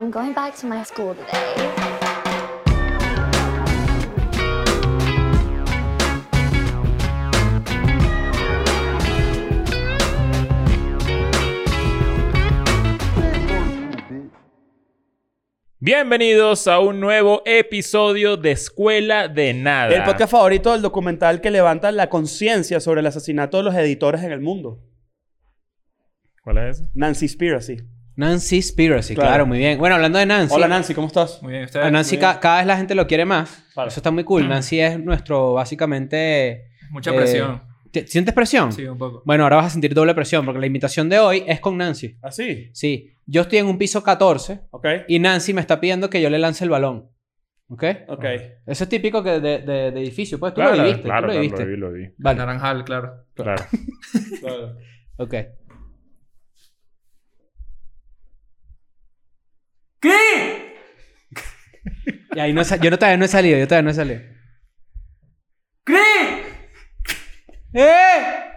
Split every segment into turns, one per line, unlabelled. I'm going back to my school today.
Bienvenidos a un nuevo episodio de Escuela de Nada.
El podcast favorito del documental que levanta la conciencia sobre el asesinato de los editores en el mundo.
¿Cuál es ese?
Nancy Spiracy.
Nancy Spiracy,
Claro.
claro. muy bien. Bueno, hablando de Nancy.
Hola Nancy, ¿cómo estás?
Muy bien, ustedes.
A Nancy
Muy
ca-
bien.
cada vez la gente lo quiere más.
Claro.
Eso está muy cool. Nancy es nuestro, básicamente...
Mucha
eh,
presión.
¿te- ¿Sientes presión?
Sí, un poco.
Bueno, ahora vas a sentir doble presión porque la invitación de hoy es con Nancy.
¿Ah, sí?
Sí. Yo estoy en un piso 14
Ok.
y Nancy me está pidiendo que yo le lance el balón. ¿Ok?
Ok.
Eso es típico que de, de- de edificio. Pues tú
claro,
lo viviste.
claro,
tú lo
claro,
viviste.
vi, lo vi.
Vale.
Naranjal, claro.
Claro.
Claro.
Ok.
¿Qué?
Y ahí no he sa- yo no, todavía no he salido. Yo todavía no he salido.
¿Qué?
¡Eh!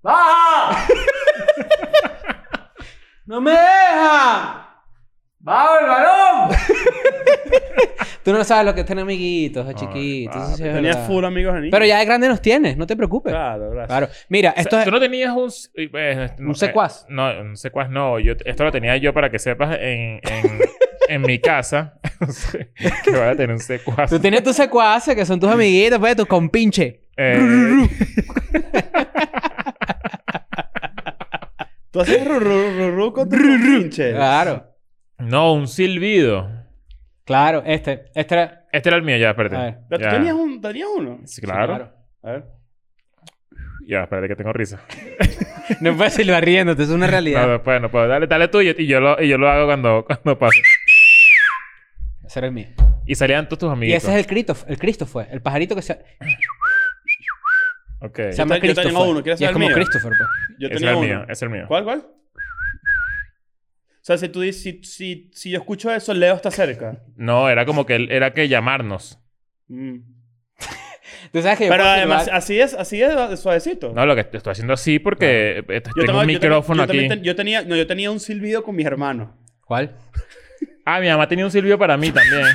¡Baja!
¡No me dejan!
¡Baja el balón!
Tú no sabes lo que están amiguitos, de
Ay,
chiquitos. eso
papi,
sí es
Tenías
verdad.
full amigos de niños.
Pero ya de grande nos tienes, no te preocupes. Claro.
Claro, gracias.
Mira,
O sea,
esto es.
¿Tú no tenías un... s- eh, eh, no,
¿Un secuaz?
eh, no, un secuaz no. Yo, esto lo tenía yo para que sepas en, en, en mi casa que voy a tener un secuaz.
Tú tienes tus secuaces, que son tus amiguitos, pues, tus compinches.
Eh,
Tú haces rururururu con tu pinche.
Claro.
no, un silbido.
Claro, este. Este era.
Este era el mío, ya, espérate.
A ver.
Pero tú
Ya.
tenías, un, tenías uno.
Sí, claro.
A ver.
Ya, espérate que tengo risa.
No puedes silbar riéndote, es una
No,
realidad.
no puedo, no puedo. Dale, dale tú y, y yo, lo, y yo lo hago cuando, cuando pase.
Ese era el mío.
Y salían todos tus
Y
amiguitos.
ese es el Cristo, el Christopher, el pajarito que se,
Ok.
se
Ese
llama
te- yo tengo
Christopher.
uno, ¿quieres
y es
saber el
como
mío?
Christopher, pues.
Yo
es
tenía
el
uno.
mío. Es el mío.
¿Cuál, cuál? O sea, si tú dices, si, si, si yo escucho eso, Leo está cerca.
No, era como que él- era que llamarnos.
Mm.
Tú sabes que yo
Pero
puedo
además,
silbar-
así es, así es suavecito.
No, lo que te estoy haciendo así porque eh, tengo un
yo
micrófono
yo también
aquí.
ten- yo tenía, no, yo tenía un silbido con mis hermanos.
¿Cuál?
Ah, mi mamá tenía un silbido para mí también.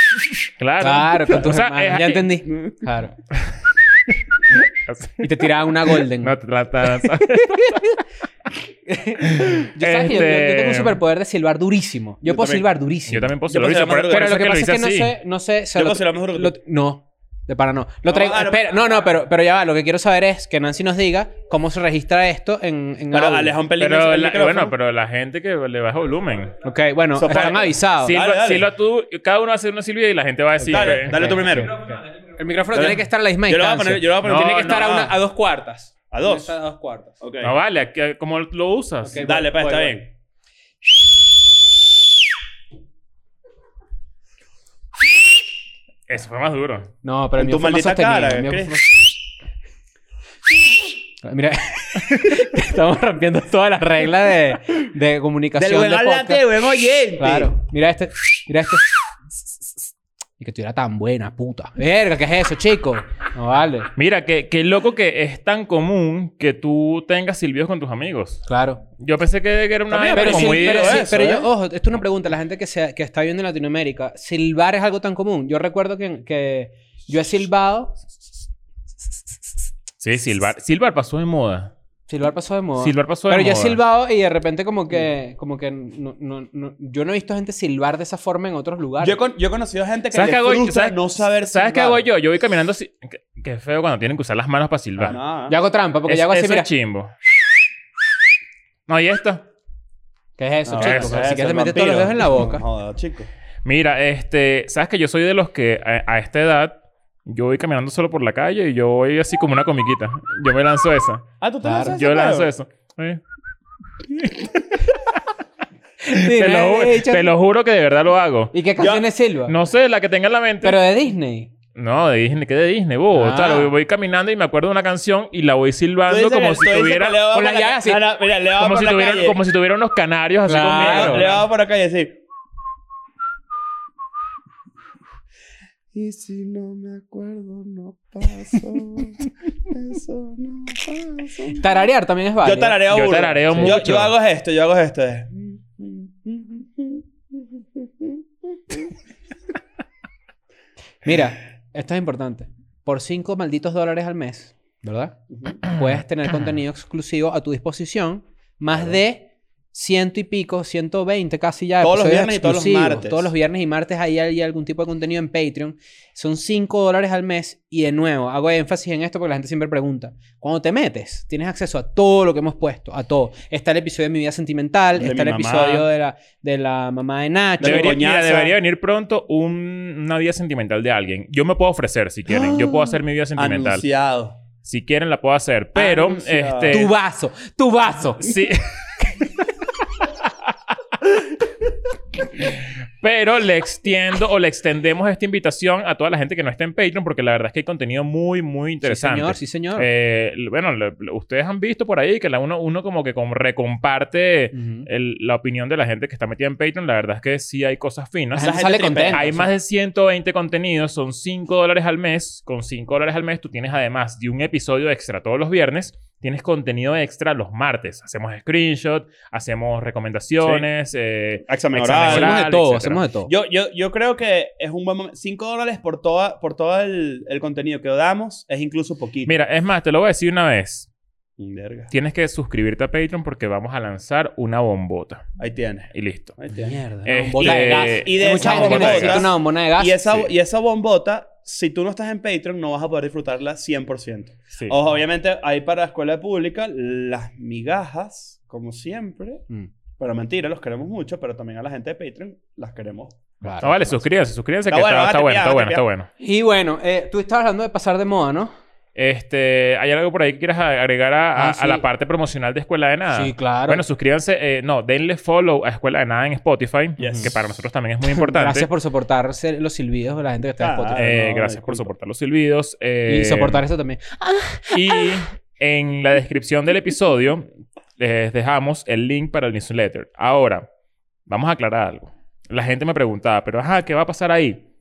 claro.
Claro, con tus
O sea,
hermanos.
es-
Ya
eh,
entendí. Claro.
así.
Y te tiraba una golden.
No, la- la- la-
Yo, sabes que yo- yo, yo
Este-
tengo un superpoder de silbar durísimo. Yo,
Yo
puedo
también.
silbar durísimo.
yo también puedo
Yo
silbar,
puedo
pero,
silbar
pero,
mejor que
lo que pasa
Pero lo que pasa es que no
así.
sé, no sé. o sea,
Yo
lo-
puedo silbar mejor que
lo-
tú.
No, de para no. Lo
No,
traigo.
ah, no.
espera, no, no, pero, pero ya va. Lo que quiero saber es que Nancy nos diga cómo se registra esto en. en
Pero
audio.
aleja un pelín
Pero
el
la-
micrófono.
bueno, pero la gente que le baja volumen.
Ok, bueno,
Sopla-
están avisados.
Silba,
dale.
silba tú, cada uno hace una silbida y la gente va a decir.
dale,
eh,
dale tú
eh,
primero.
El micrófono
Dale.
tiene que estar a la misma
Yo lo voy a
distancia.
poner, yo lo voy a poner.
No,
Tiene que estar a,
no.
una, a dos cuartas.
A dos.
Está a dos cuartas.
Ok.
No vale, ¿a qué- ¿cómo lo usas?
Ok.
Dale, pa,
Voy,
está
voy.
bien.
Eso fue más duro.
No, pero el
Con
mío
tu
fue más
maldita
sostenido.
cara, ¿eh,
el mío
¿crees?
fue- Mira, estamos rompiendo todas las reglas de, de comunicación. de podcast.
buen oyente.
Claro. Mira este. Mira este. Y que estuviera tan buena, puta. Verga, ¿qué es eso, chico? No vale.
Mira, qué, qué loco que es tan común que tú tengas silbidos con tus amigos.
Claro.
Yo pensé que era una
También,
vaina
Pero,
como
sí,
muy...
pero,
eso,
sí, pero
¿eh?
yo, ojo, esto es una pregunta. La gente que, se, que está viendo en Latinoamérica, silbar es algo tan común. Yo recuerdo que, que yo he silbado.
Sí, silbar. Silbar pasó de moda.
Silbar pasó de moda.
Silbar pasó de
Pero yo he
moda.
silbado y de repente como que, como que no, no- no- yo no he visto gente silbar de esa forma en otros lugares.
Yo, he con- yo he conocido gente que
¿Sabes
le
qué hago yo?
frustra
¿Sabes-
no saber
¿Sabes qué
silbar.
hago yo? Yo voy caminando así... Qué- Qué feo cuando tienen que usar las manos para silbar.
Ah, no.
Yo hago trampa porque
Es-
yo hago así,
eso
mira.
es chimbo. No, y esto.
¿Qué es eso,
No,
chico?
eso,
Pero si
eso,
quieres te metes todos
vampiro.
los dedos en la boca.
Joder, chico.
Mira, este... ¿Sabes que yo soy de los que a, a esta edad... Yo voy caminando solo por la calle y yo voy así como una comiquita. Yo me lanzo esa.
Ah, tú te
Claro,
lanzas ese
Yo lanzo
huevo?
eso. Eh. Te lo, ju- te lo juro que de verdad lo hago.
¿Y qué canción es Silva?
No sé, la que tenga en la mente.
Pero de Disney.
No, de Disney, ¿qué de Disney? Bobo.
Ah.
Claro, voy caminando y me acuerdo de una canción y la voy
Tú
silbando
dices
como
que-
si
tú dices
tuviera.
que le va
con
por
la llave así.
cara- Mira, le va
Como
por
si,
la
tuviera
calle.
como si tuviera unos canarios así
Claro.
conmigo.
Le va por la calle así. Y si no me acuerdo, no pasó. Eso no pasó.
Tararear también es válido.
Yo tarareo
Yo
burda.
tarareo
Yo,
mucho.
mm, yo hago esto, yo hago esto. mm,
Mira, esto es importante. Por 5 malditos dólares al mes, ¿verdad? Puedes tener contenido exclusivo a tu disposición, más de ciento y pico, 120 casi ya.
Todos los
episodios
viernes y todos los
exclusivos.
martes.
Todos los viernes y martes ahí hay algún tipo de contenido en Patreon. Son 5 dólares al mes y de nuevo, hago énfasis en esto porque la gente siempre pregunta. Cuando te metes, tienes acceso a todo lo que hemos puesto, a todo. Está el episodio de mi vida sentimental,
De
está el
mi mamá.
episodio de la, de la mamá de Nacho.
Debería,
coñaza.
mira, debería venir pronto un- una vida sentimental de alguien. Yo me puedo ofrecer si quieren. Yo puedo hacer mi
Ah,
vida sentimental.
Anunciado.
Si quieren la puedo hacer. Pero,
Anunciado.
este...
Tu vaso, tu vaso.
Sí. Pero le extiendo o le extendemos esta invitación a toda la gente que no está en Patreon porque la verdad es que hay contenido muy, muy interesante.
Sí, señor, sí, señor.
Eh, l- bueno, le- le- ustedes han visto por ahí que la uno, uno como que como recomparte
Ujú.
el- la opinión de la gente que está metida en Patreon. La verdad es que sí hay cosas finas.
La gente sale
tripea.
contenta.
Hay
sí.
más de 120 contenidos, son 5 dólares al mes. Con 5 dólares al mes tú tienes además de un episodio extra todos los viernes, tienes contenido extra los martes. Hacemos screenshot, hacemos recomendaciones. eh,
Examen
Examen
oral.
oral.
Ah, Hacemos de todo,
etcétera.
hacemos de todo.
Yo, yo, yo creo que es un buen momento. 5 dólares por, toda, por todo el, el contenido que damos es incluso poquito. Mm,
mira, es más, te lo voy a decir una vez.
Verga.
Tienes que suscribirte a Patreon porque vamos a lanzar una bombota.
Ahí tienes.
Y listo.
Ahí tienes.
Mierda.
Eh,
una bombona
y-
de gas.
y de
Hay
esa
mucha gente que
bombona de
necesita
gas.
una bombona de gas.
Y esa,
sí.
y esa bombota, si tú no estás en Patreon, no vas a poder disfrutarla 100%.
Sí.
Ojo, obviamente, hay para la escuela pública las migajas, como siempre.
Mm,
Pero mentira, los queremos mucho, pero también a la gente de Patreon las queremos.
claro.
No, vale, suscríbanse, suscríbanse
Está
que
bueno,
está, está
va,
bueno,
te
está
pilla,
bueno,
te
está bueno.
Y bueno, eh, tú estabas hablando de pasar de moda, ¿no?
Este, ¿hay algo por ahí que quieras agregar a, a-
Ah, sí.
a la parte promocional de Escuela de Nada?
Sí, claro.
Ah, Bueno, suscríbanse, eh, no, denle follow a Escuela de Nada en Spotify,
Yes.
que para nosotros también es muy importante.
Gracias por soportar ser- los silbidos de la gente que está en
Claro.
Spotify.
Eh,
no,
gracias por
disculpa.
soportar los silbidos. eh,
y soportar esto también.
Y en la descripción del episodio les dejamos el link para el newsletter. Ahora, vamos a aclarar algo. La gente me preguntaba, pero ajá, ¿qué va a pasar ahí?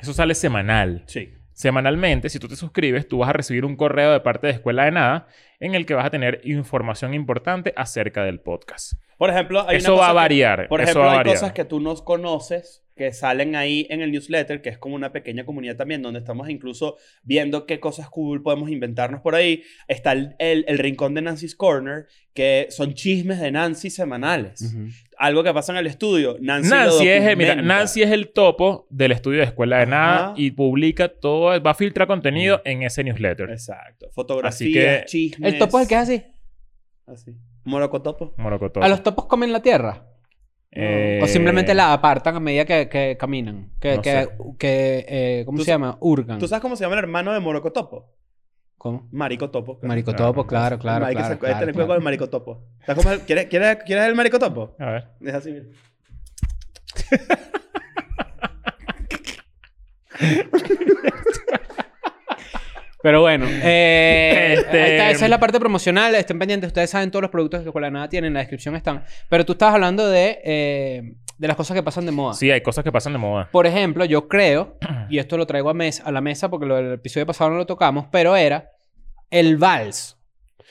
Eso sale semanal.
Sí.
Semanalmente, si tú te suscribes, tú vas a recibir un correo de parte de Escuela de Nada en el que vas a tener información importante acerca del podcast.
Por ejemplo, hay una
Eso va
cosa
a
que-
variar.
Por
eso
ejemplo,
va a
hay
variar.
cosas que tú no conoces que salen ahí en el newsletter, que es como una pequeña comunidad también, donde estamos incluso viendo qué cosas cool podemos inventarnos por ahí. Está el, el- el rincón de Nancy's Corner, que son chismes de Nancy semanales. Algo que pasa en el estudio. Nancy, lo
Nancy es, el, mira,
documenta.
Nancy es el topo del estudio de Escuela de Nada
Ajá.
y publica todo, va a filtrar contenido
Mm.
en ese newsletter.
Exacto.
Así
Fotografías,
que-
chismes.
El topo es el que es así.
Así. Morocotopo.
Morocotó.
A los topos comen la tierra.
Eh,
O simplemente la apartan a medida que, que caminan. Que,
No
que,
sé.
que, eh, ¿Cómo
Tú
se
sa-
llama? Urgan.
¿Tú sabes cómo se llama el hermano de Morocotopo?
¿Cómo?
Maricotopo. claro.
Ah,
Maricotopo, claro, claro.
Hay que
claro,
sac-
claro,
tener
claro.
cuidado con este el maricotopo. ¿Sabes cómo es el- ¿Quieres, quieres, ¿Quieres el maricotopo?
A ver.
Es así, mira.
Pero bueno, eh,
Este-
ahí está, esa es la parte promocional. Estén pendientes. Ustedes saben todos los productos que Escuela de Nada tienen. En la descripción están. Pero tú estabas hablando de, eh, de las cosas que pasan de moda.
Sí, hay cosas que pasan de moda.
Por ejemplo, yo creo, y esto lo traigo a, mes- a la mesa porque lo, el episodio pasado no lo tocamos, pero era el vals.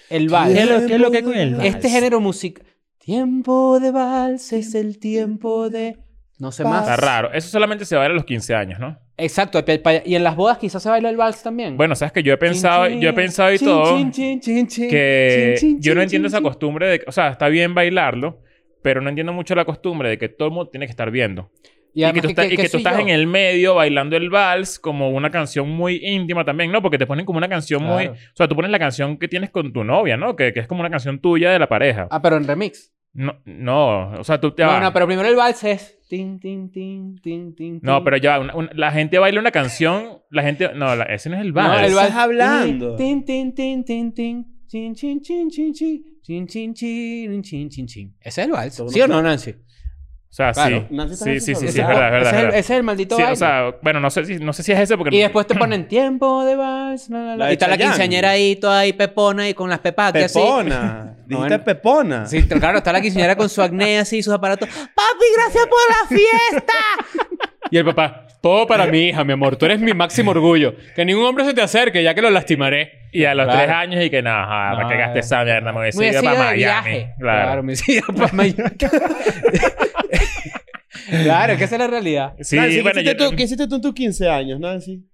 El vals.
lo que con el
Este género musical. Tiempo de vals es el tiempo de. No sé más.
Está raro. Eso solamente se va a ver a los 15 años, ¿no?
Exacto. pa- pa- Y en las bodas quizás se baila el vals también.
Bueno, sabes que yo he pensado,
Chin,
yo he
chin,
pensado y
chin,
todo
chin, chin, chin, chin,
que
chin, chin,
yo no
chin,
entiendo
chin,
esa
chin.
costumbre de, o sea, está bien bailarlo, pero no entiendo mucho la costumbre de que todo el mundo tiene que estar viendo. Y, que
además
tú, estás- y que tú
soy
estás
yo.
en el medio bailando el vals como una canción muy íntima también, ¿no? Porque te ponen como una canción muy...
Claro.
O sea, tú pones la canción que tienes con tu novia, ¿no? Que, que es como una canción tuya de la pareja.
Ah, pero en remix.
No, no, o sea, tú te...
No,
vas-
no, pero primero el vals es. tin, tin, tin, tin, tin,
No,
tin.
pero ya, una- una- la gente baila una canción, la gente... No, la- ese no es el vals.
No, el
Estás
vals-
hablando.
Tin, tin, tin, tin, tin. Chin, chin, chin, chin, chin. Chin, chin, chin, chin, chin, chin. Ese es el vals.
Todo
¿Sí o no, Nancy?
O sea,
Claro.
sí.
Nancy,
Sí, sí,
¿estás
sí,
haciendo
sí, es
algo?
verdad, es verdad.
Ese
es
es el,
verdad.
ese es el maldito
Sí,
baile.
o sea, mm. bueno, no sé si, no sé si es ese porque...
y después te ponen tiempo de vals. la, la, la.
La de
Y está la
Chayanne.
quinceañera ahí, toda ahí pepona y con las pepatas así.
Pepona. Ah, Dijiste
bueno.
Pepona.
Sí, t- claro, está la quinceañera con su acné así y sus aparatos. ¡Papi, gracias por la fiesta! Y el papá, todo para mi hija, mi amor. Tú eres mi máximo orgullo. Que ningún hombre se te acerque, ya que lo lastimaré.
Y a los
Claro.
tres años y que nada, ajá, ¿para
No,
qué gasté esa mierda? Me
Me
hubiese
he
ido
ido
para
de
Miami.
viaje. Claro, me he ido para Miami. Claro, es que esa es la realidad.
Sí,
Nancy, ¿qué,
bueno,
hiciste
yo...
tú, qué hiciste tú en tus 15 años, Nancy?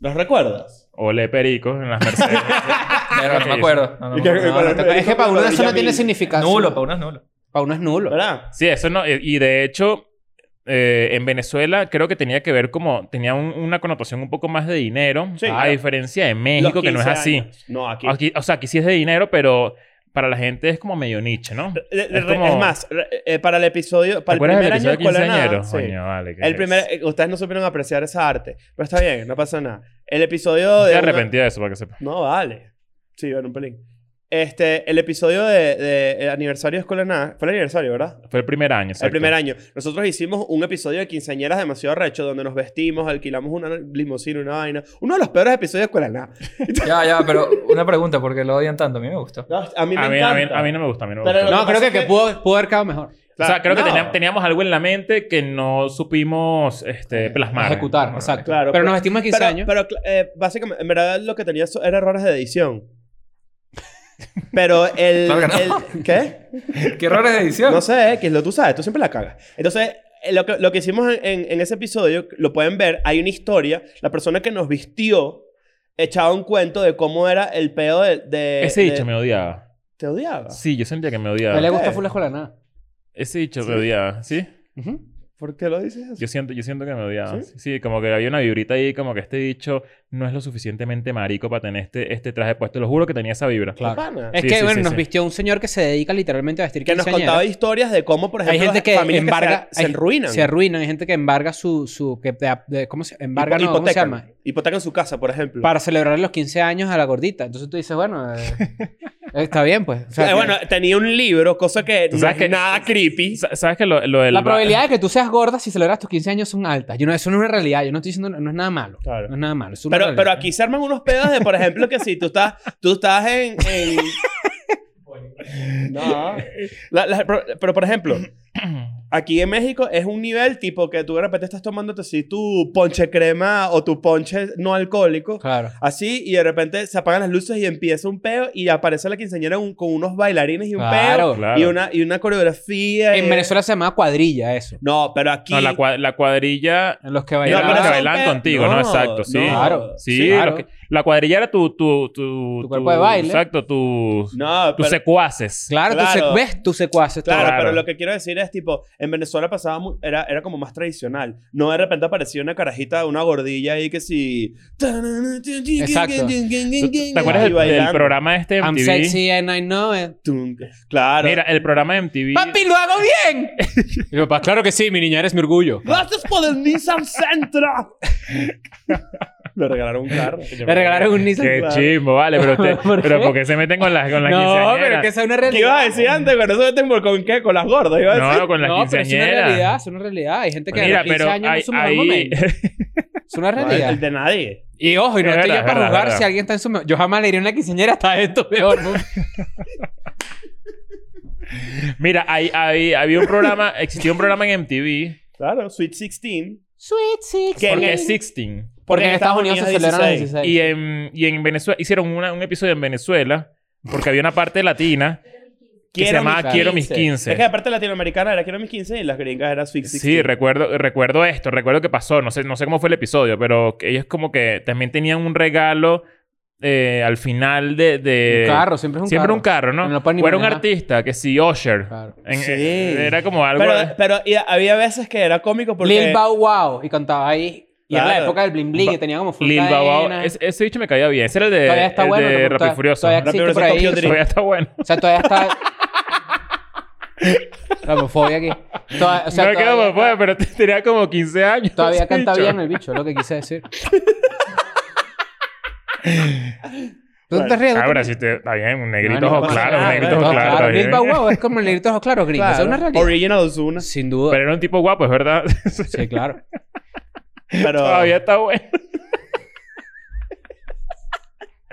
¿Los recuerdas?
Olé pericos en las Mercedes.
Pero no me acuerdo. No, no me
Ah, ¿Y qué-
acuerdo.
No, no te- es que para uno eso no tiene significación.
Nulo, para uno es nulo.
Para uno es nulo.
¿Verdad?
Sí, eso no. Y y de hecho, eh, en Venezuela creo que tenía que ver como. Tenía un- una connotación un poco más de dinero.
Sí,
a
claro.
diferencia de México,
Los
que no es
15
así.
años. No, aquí.
Aquí- o sea, aquí sí es de dinero, pero para la gente es como medio niche, ¿no?
Re- re-
es
Es,
como-
más, re- eh, para el episodio,
¿Te
para el primer
acuerdas
año
del
de Escuela de Nada,
quinceañero?
sí.
Coño, vale. ¿qué
El
es?
primer, eh, ustedes no supieron apreciar esa arte, pero está bien, no pasa nada. El episodio de
Estoy
una-
arrepentido de eso, para que sepa.
No, vale. Sí, bueno, un pelín. Este, el episodio de, de el aniversario de Escuela de Nada, fue el aniversario, ¿verdad?
Fue el primer año,
El primer año. Nosotros hicimos un episodio de quinceañeras demasiado recho donde nos vestimos, alquilamos una limusina, una vaina. Uno de los peores episodios de Escuela de Nada.
Ya, ya, pero una pregunta, porque lo odian tanto. A mí me gustó.
No, A mí me
A mí,
encanta.
a, mí, a mí no me gusta, a mí no me
Pero
gusta.
lo
No, creo
pasa
que,
es
que
que-
pudo, pudo haber quedado mejor.
O sea, creo que
no.
teníamos, teníamos algo en la mente que no supimos este, plasmar.
Ejecutar,
Bueno,
exacto.
claro,
pero,
pero-
nos vestimos de 15
Pero,
años.
pero, cl- eh, básicamente, en verdad lo que tenía so- era errores de edición. Pero el,
Claro que no.
el- ¿Qué?
¿Qué errores de edición?
No sé, que lo tú sabes, tú siempre la cagas. Entonces, eh, lo que, lo que hicimos en, en- en ese episodio, lo pueden ver, hay una historia. La persona que nos vistió echaba un cuento de cómo era el pedo de. de-
Ese
de-
dicho me odiaba.
¿Te odiaba?
Sí, yo sentía que me
No le
odiaba.
¿Qué?
gusta Full Escuela de Nada.
Ese dicho
Sí.
me odiaba, ¿sí?
Ujú.
¿Por qué lo dices así?
Yo siento, yo siento que me odiaba.
¿Sí?
¿Sí? como que había una vibrita ahí, como que este dicho no es lo suficientemente marico para tener este, este traje puesto. Lo juro que tenía esa vibra.
Claro.
Pana.
Es
Sí,
que,
sí,
bueno,
sí,
nos
sí.
vistió un señor que se dedica literalmente a vestir
Que nos
quinceañeras.
contaba historias de cómo, por ejemplo,
¿eh? hay gente
las
que
familias
embarga,
se, se
hay-
arruinan.
Se arruinan, hay gente que embarga su. su que te- de- ¿Cómo se embarga?
Hipo-
no, ¿Cómo se
hipotecan.
llama?
Hipotecan su casa, por ejemplo.
Para celebrar los 15 años a la gordita. Entonces tú dices, bueno, eh, está bien, pues. O sea,
Eh, bueno, tenía un libro, cosa que
Tú
no
sabes
es
que-
nada creepy.
Sa- ¿Sabes que lo, lo del
la
ba-
probabilidad de que tú seas gorda si celebras tus 15 años son altas. Yo no, eso no es una realidad. Yo no estoy diciendo, no es nada malo.
Claro.
No es nada malo. es una
Pero,
realidad.
pero aquí se arman unos pedos de, por ejemplo, que si tú estás, tú estás en... en- No. La- la- pero, pero, por ejemplo, aquí en México es un nivel tipo que tú de repente estás tomándote así tu ponche crema o tu ponche no alcohólico.
Claro.
Así, y de repente se apagan las luces y empieza un peo y aparece la quinceañera un- con unos bailarines y un
Claro.
peo y una, y una coreografía.
En
y-
Venezuela se llamaba cuadrilla eso.
No, pero aquí...
No, la, cua- la cuadrilla...
En los que
Era
bailaban.
los que
eso-
bailaban
pe-
contigo, ¿no?
no,
Exacto, sí.
no.
Claro.
Sí,
Sí, claro.
lo que- la cuadrilla era tu... Tu, tu,
Tu cuerpo de baile.
Exacto, tus...
No,
tus
pero...
secuaces.
Claro, tú
Claro.
se- ves tus secuaces. todo.
Claro,
Claro.
pero lo que quiero decir es, tipo, en Venezuela pasaba mu- era, era como más tradicional. No de repente aparecía una carajita, una gordilla ahí que si...
Exacto.
¿Tú- tú- ¿Te acuerdas
Y
del, del
bailando.
programa este de
I'm
MTV?
sexy and I know it.
Tum. Claro.
Mira, el programa de MTV...
¡Papi, lo hago bien! Y yo, "Pa- claro que sí, mi niña, eres mi orgullo.
¡Gracias por el Nissan Sentra! Le regalaron un carro.
Le regalaron un Nissan.
Qué
Claro.
chimbo, vale, pero usted,
¿Por
pero
qué?
¿por qué se meten con las con las
No,
quinceañeras?
pero que esa es una
¿Qué ibas a
realidad.
decir antes? Con eso te tengo con qué? Con las gordas. Iba a
No,
decir.
con las
No, pero es una realidad,
quinceañeras.
es una realidad. Hay gente Pues
Pues
que
Mira,
a los 15
pero
años no
hay-
es su mejor
ahí-
momento. Es una realidad.
El de nadie.
Y ojo, y no
Es
estoy
verdad,
yo
es
para
verdad,
juzgar
es
si alguien está en su mejor... Yo jamás le iría a una quinceañera hasta esto peor. ¿no?
Mira, hay, hay- había un programa, existía un programa en MTV
Claro, Sweet 16.
Sweet Six.
Que en
porque
el-
es 16.
Porque en Estados Unidos se celebran los 16.
Y en, y en Venezuela, hicieron una- un episodio en Venezuela porque había una parte latina que se llamaba Quiero mis 15.
Es que aparte latinoamericana era Quiero mis 15 y las gringas era Sweet 16.
Sí, recuerdo, recuerdo esto, recuerdo que pasó, no sé, no sé cómo fue el episodio, pero que ellos como que también tenían un regalo eh, al final de... de-
Un carro, eh, siempre es un
siempre
carro.
un carro, ¿no?
No lo pueden ni
O era un
manejar.
artista, que sí, Usher.
Claro.
En-
Sí.
eh, Era como algo...
Pero, pero y- había veces que era cómico porque...
Lil Bow Wow. Y cantaba ahí. Y era la
Claro.
época del bling bling.
Ba-
Y tenía como full
Lil Babao.
cadena.
Ese, ese bicho me caía bien. Ese era el de,
Todavía está
el
bueno,
de
¿no?
Rápido
Todavía-
y Furioso.
todavía
Rápido
existe por
Furioso
ahí.
Tokyo
Todavía está bueno.
O sea, todavía está... La homofobia aquí. Toda- o sea,
no me
todavía,
quedo como puede, pero tenía como 15 años.
todavía
ese
canta
bicho.
bien el bicho. Es lo que quise decir. ¿Tú te
Bueno,
ríes? ¿Tú
Ah,
te
bueno,
ríes?
si te... Está bien, un
No,
negrito
no
ojo
pasa
claro, un
nada,
negrito
no,
ojo
claro.
claro. está
Lil
bien.
Bow Wow es como el negrito ojo claro gringo.
Claro,
Esa es una realidad.
Original Ozuna.
Sin duda.
Pero era un tipo guapo, es verdad.
Sí, claro.
Pero...
Todavía está bueno.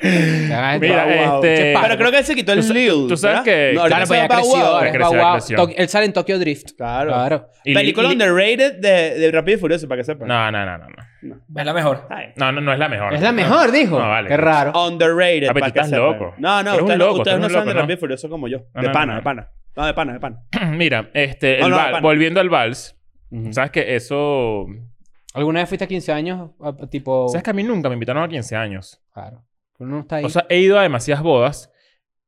Mira,
Mira,
Wow,
este...
Pero creo que se quitó el
Tú sa-
Lil.
tú sabes
¿verdad?
que-
No, ahorita
Claro,
se
pues ya
llama
creció.
Bow Wow.
ahora es
Creció,
Bow Wow.
creció.
Tok- Él sale en Tokyo Drift.
Claro.
Claro.
Ah, Y-
Película
y-
underrated de, de Rápido y Furioso, para que sepan.
No, no, no, no. no.
Es la mejor.
Ay.
No, no, no es la mejor.
Es la mejor, dijo.
No, vale.
Qué raro.
Underrated,
Ah, pero
para
tú
que
estás
sepan.
loco.
No, no,
Tú eres un
ustedes,
loco, tú
ustedes
eres
no
un
saben
loco,
de
¿no?
Rápido y Furioso como yo.
No,
de
no,
pana,
no, no.
de pana. No, de pana, de pana.
Mira, este...
No,
el
no,
vals-
pana.
Volviendo al vals.
Ujú.
¿Sabes que eso...
¿Alguna vez fuiste a 15 años? A- a tipo...
¿Sabes que a mí nunca me invitaron a 15 años?
Claro. Uno no está ahí.
O sea, he ido a demasiadas bodas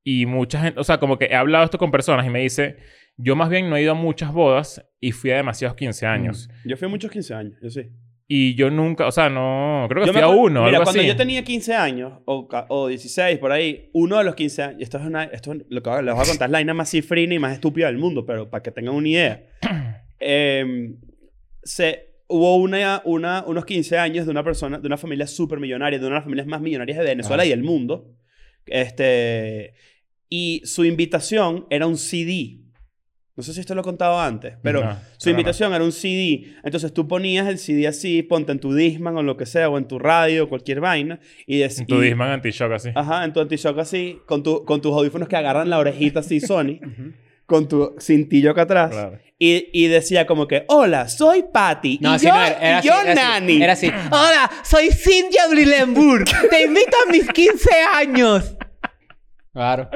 y mucha gente, o sea, como que he hablado esto con personas y me dice, yo más bien no he ido a muchas bodas y fui a demasiados 15 años.
Mm.
Yo fui a muchos 15 años, yo sí.
Y yo nunca, o sea, no, creo que
Yo me
fui a
acuerdo-
uno,
Mira,
algo
cuando
así.
yo tenía 15 años o, ca- o 16, por ahí, uno de los 15 años, esto es una, esto es lo que les voy a contar es la vaina más cifrina y más estúpida del mundo, pero para que tengan una idea. Em, se, hubo una, una, unos 15 años de una persona, de una familia súper millonaria, de una de las familias más millonarias de
Ah.
Venezuela y del mundo. Este, y su invitación era un CD. No sé si esto lo he contado antes, pero
No,
su
no, no.
invitación era un CD. Entonces tú ponías el CD así, ponte en tu Disman o lo que sea, o en tu radio, cualquier vaina. Y Ah, decías.
En tu Disman anti-shock así.
Ajá, en tu antishock así, con, tu, con tus audífonos que agarran la orejita así, Sony, con tu cintillo acá atrás.
Claro.
Y, y decía como que, hola, soy Patty.
No,
y
así
yo,
no era. Era
y
así,
yo
era así,
Nani.
Era así. Hola, soy Cintia Brilenburg. Te invito a mis 15 años. Claro.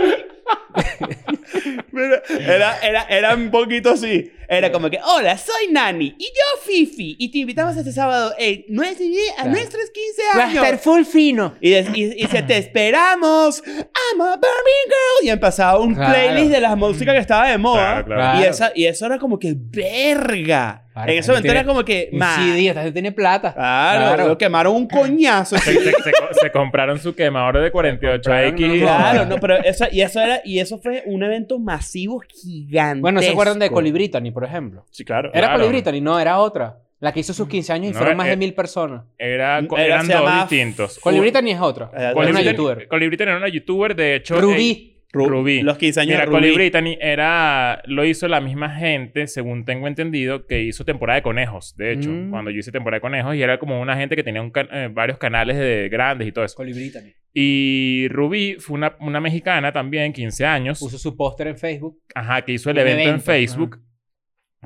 Era, era, era, era un poquito así. Era como que, hola, soy Nani. Y yo, Fifi. Y te invitamos este sábado en nuestro- a
Claro.
nuestros 15
Va a
años.
estar full fino.
Y, des- y, y se te esperamos. I'm a Barbie girl. Y empezaba un
Claro. Mm.
playlist de las músicas que estaba de
Claro,
moda.
claro.
Y,
Claro.
esa, y eso era como que verga.
Claro,
en ese
ahí
momento
tiene
era como que.
Un
ma-
CD, esta gente tiene plata.
Claro, lo quemaron un coñazo.
Se, se- se co- se compraron su quemador de 48
compraron,
X.
no,
claro, no, pero eso, y eso era, y eso fue un evento masivo gigante.
Bueno, ¿se acuerdan de Colibritani, por ejemplo?
Sí, claro.
Era
Claro.
Colibritani, no, era otra. La que hizo
Mm.
sus 15 años y
No,
fueron más
eh,
de mil personas.
Era, co-
Era-
Ah, eran
se
dos
llamaba-
distintos.
Colibritani es otra.
Eh,
Era
Colibri
una
Colibritani-
youtuber.
era una youtuber, de hecho. eh,
Rubí.
Ru-
Rubí.
Los 15 años
Mira,
de Rubí.
Colibri Brittany era... Lo hizo la misma gente, según tengo entendido, que hizo temporada de conejos, de hecho.
Mm.
Cuando yo hice temporada de conejos y era como una gente que tenía un can- eh, varios canales de grandes y todo eso.
Colibritani.
Y Rubí fue una, una mexicana también, 15 años.
Puso su póster en Facebook.
Ajá, que hizo el
Un
evento, en
evento,
Facebook.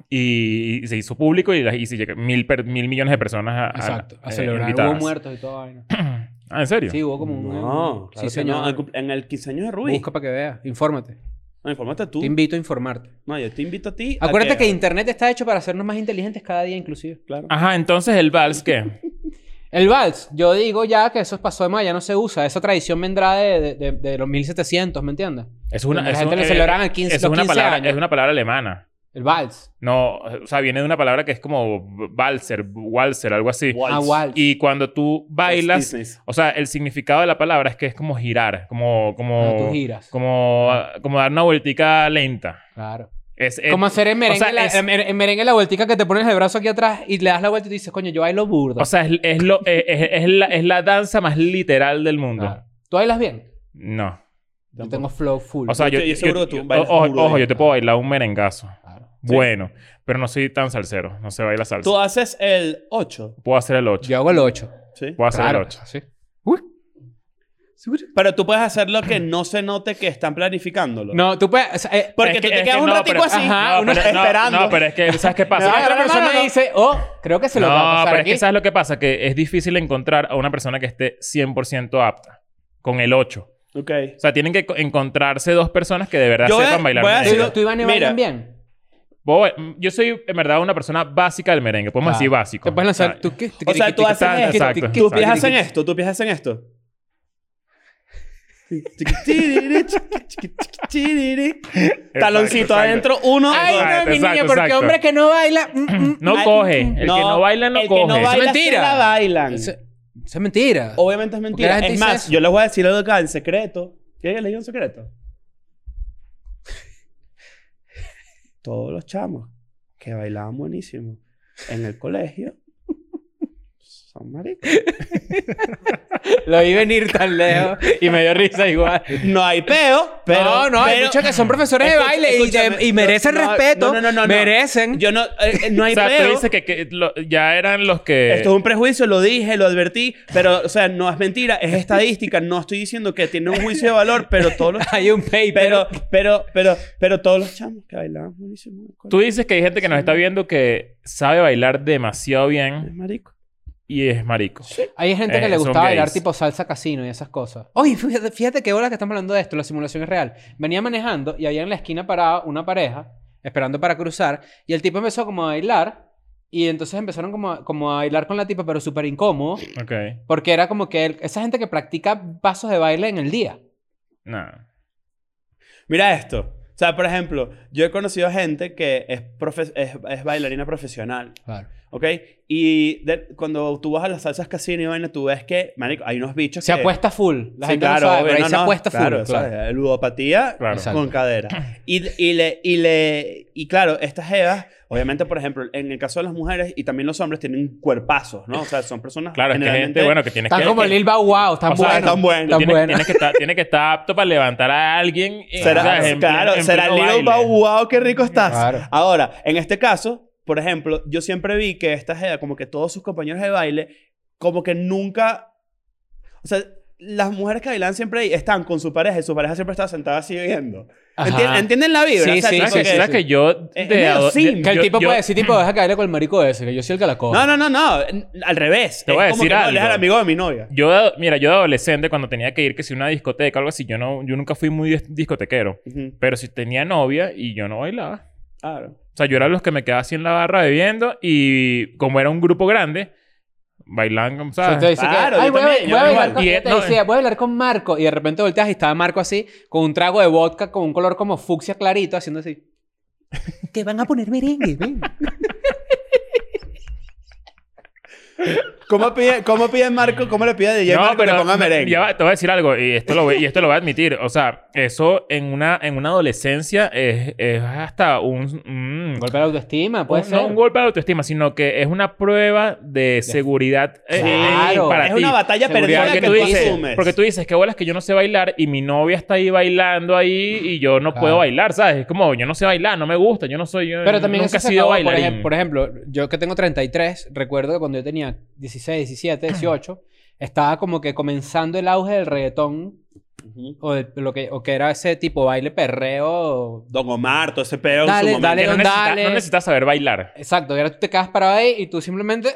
Y, y se hizo público y, la- y se llegó- mil, per- mil millones de personas a, a-
Exacto. A
eh,
celebrar.
invitadas.
Hubo muertos y toda vaina.
Ah, ¿en serio?
Sí, hubo como un...
No, claro
sí,
que no.
señor.
En el 15 años de Rubí.
Busca para que veas. Infórmate.
No, infórmate tú.
Te invito a informarte.
No, yo te invito a ti. a
Acuérdate que Internet está hecho para hacernos más inteligentes cada día, inclusive.
Claro.
Ajá, entonces el vals, ¿qué?
El vals, yo digo ya que eso pasó de más, ya no se usa. Esa tradición vendrá de, de, de- de los 1700, ¿me entiendes?
Es una,
La
es
gente
un-
le
eh,
celebraban el 15
es una
los 15
palabra,
años.
Es una palabra alemana.
El vals.
No, o sea, viene de una palabra que es como valser, walser, algo así.
Waltz.
Ah, vals.
Y cuando tú bailas,
Disney.
o sea, el significado de la palabra es que es como girar, como
Cuando tú
como
giras.
como como dar una vueltica lenta.
Claro.
Es, es-
Como hacer en merengue,
o sea,
la,
es-
en mer- en merengue la vueltica que te pones el brazo aquí atrás y le das la vuelta y tú dices, coño, yo bailo burdo.
o sea, es, es lo es, es- es la, es la danza más literal del mundo.
Claro. ¿Tú bailas bien?
No.
Yo tengo flow full.
O sea,
Yo-
yo,
yo seguro que tú bailas
ojo,
burda
ojo,
bien.
yo te puedo bailar un merengazo.
Claro.
Bueno, pero no soy tan salsero, no sé bailar salsa.
Tú haces el 8,
Puedo hacer el 8.
Yo hago el 8.
¿sí?
Puedo hacer
Claro.
el 8.
Sí.
Pero tú puedes hacer lo que no se note que están planificándolo.
No, tú puedes... o sea, eh,
Porque
Es
tú
que-
te
es
quedas
que
un
no,
ratico
pero-
así,
ajá,
uno
pero-
esperando.
No, pero es que, ¿sabes qué pasa?
la otra
no, no,
persona
no, no.
dice, oh, creo que se lo va a
No,
pasar
pero
aquí.
es que ¿sabes lo que pasa? Que es difícil encontrar a una persona que esté 100% apta con el 8.
Ok.
O sea, tienen que co- encontrarse dos personas que de verdad
Yo voy a-
sepan bailar
voy a
merengue.
decir-
¿Tú, tú, Iván, y bailan
Mira.
bien?
Voy- Yo soy, en verdad, una persona básica del merengue. Podemos
Ah.
decir básico.
Te puedes
Ah,
lanzar... tú qué-
O sea, tú haces
Exacto,
esto.
exacto.
Tus
Exacto.
pies hacen esto, tus pies hacen esto. Taloncito
exacto.
adentro, uno.
Ay,
dos.
no, mi
Exacto,
niña, porque
exacto.
hombre que no baila. mm, mm,
No
Ay,
coge. El que no baila, no
el
coge.
Que no
Eso es
baila,
mentira.
Se la bailan.
Eso, eso es mentira.
Obviamente es
la
mentira.
gente
Es
dice
más,
eso.
yo les voy a decir algo acá en secreto. ¿Qué les digo en secreto? Todos los chamos que bailaban buenísimo en el colegio son maricas.
Lo vi venir tan lejos y me dio risa igual.
No hay peo, pero.
no, no, hay
pero-
muchos que son profesores
Escucha-
de baile y, de-
escúchame,
y merecen
no, no,
respeto.
no, no, no, no.
merecen.
Yo no. eh, eh, no hay
O sea, tú
peo.
dices que, que lo- ya eran los que...
Esto es un prejuicio, lo dije, lo advertí, pero, o sea, no es mentira, es estadística. No estoy diciendo que tiene un juicio de valor, pero todos los
Hay un paper.
pero, pero, pero, pero todos los chamos que bailaban buenísimo. en el
Tú
colegio,
dices que hay gente que nos está viendo que sabe bailar demasiado
es
bien
marico.
y es marico.
Hay gente que
Eh,
le
son
gustaba bailar
gays.
tipo salsa casino y esas cosas. Oye, fíjate, fíjate qué hora que estamos hablando de esto, la simulación es real. Venía manejando y había en la esquina parada una pareja esperando para cruzar y el tipo empezó como a bailar Y entonces empezaron como a, como a bailar con la tipa, pero súper incómodo.
Ok.
Porque era como que el- esa gente que practica pasos de baile en el día.
Nada.
Mira esto. O sea, por ejemplo, yo he conocido gente que es, profe- es, es bailarina profesional,
Claro.
¿ok? Y de- cuando tú vas a las salsas casino y vaina, tú ves que, marico, hay unos bichos
Se
que...
apuesta full. La
Sí,
gente no sabe,
obvio,
pero ahí
no,
se
no,
apuesta full.
Claro,
claro.
eso es ludopatía
Claro.
Exacto.
con cadera. Y, y, le, y, le, y claro, estas jevas, obviamente, por ejemplo, en el caso de las mujeres y también los hombres tienen cuerpazos, ¿no? O sea, son personas
Claro, es que
generalmente
gente, bueno, que tienes
Están
que...
como pues.
que-
Lil Bow Wow, están
O sea,
buenos.
están buenos.
Están
Tienes,
buenos.
tienes que estar, tienes que estar apto para levantar a alguien. eh,
Será,
o sea, en
claro,
pleno- en
será
pleno
Lil
baile. Ah.
Bow Wow, qué rico estás.
Claro.
Ahora, en este caso, por ejemplo, yo siempre vi que esta jeva, como que todos sus compañeros de baile, como que nunca. O sea, las mujeres que bailan siempre están con su pareja y su pareja siempre está sentada así viendo.
Ajá.
Enti- ¿Entienden la vibra?
Sí,
O sea,
sí,
tipo
¿Sabes que,
sí,
sabes
sí.
que yo... de
Es medio
ado-
sim,
de-
Que el
yo-
tipo
yo-
puede decir, tipo, deja caerle con el marico ese, que yo soy el que la cojo.
No, no, no, no. n- Al revés.
Te voy a
Es como
decir
que no, él es
algo.
el amigo de mi novia.
Yo, de ado- mira, yo de adolescente, cuando tenía que ir que si a una discoteca o algo así, yo, no, yo nunca fui muy dis- discotequero.
Ujú,
Pero si tenía novia y yo no bailaba.
Claro.
O sea, yo era los que me quedaba así en la barra bebiendo y como era un grupo grande, bailaban como,
O sea, te
¿sabes?
dice que,
Claro,
"Ay,
yo
voy, a-
también, yo
voy a bailar
igual".
con,
Y
yo
es-
te
no,
decía, voy a bailar con Marco. Y de repente volteas y estaba Marco así, con un trago de vodka, con un color como fucsia clarito, haciendo así. que van a poner merengue, ven.
¿Cómo pide, cómo pide Marco? ¿Cómo le pide a DJ Marco que ponga merengue?
ya va, te voy a decir algo y esto lo, voy- y esto lo voy a admitir. O sea, eso en una, en una adolescencia es, es hasta un... un-
Golpe de autoestima, puede
un-
ser.
No un golpe de autoestima, sino que es una prueba de seguridad eh,
Claro.
eh, para
es
ti.
una batalla perdida
Seguridad.
porque
que
tú,
tú
dices,
asumes.
porque tú dices, qué bolas que yo no sé bailar y mi novia está ahí bailando ahí y yo no
Claro.
puedo bailar, ¿sabes? Es como, yo no sé bailar, no me gusta, yo no soy, yo
Pero también
nunca he
eso se
sido
acabó, por,
bailarín.
ejem- por ejemplo, yo que tengo 33, recuerdo que cuando yo tenía 16, 17, 18, estaba como que comenzando el auge del reggaetón
Ujú.
o, de- lo que, o que era ese tipo baile perreo.
Don Omar, todo ese pedo en
Dale,
su momento.
dale,
Que no,
don
necesita-
dale.
no necesitas saber bailar.
Exacto, que era tú te quedas parado ahí y tú simplemente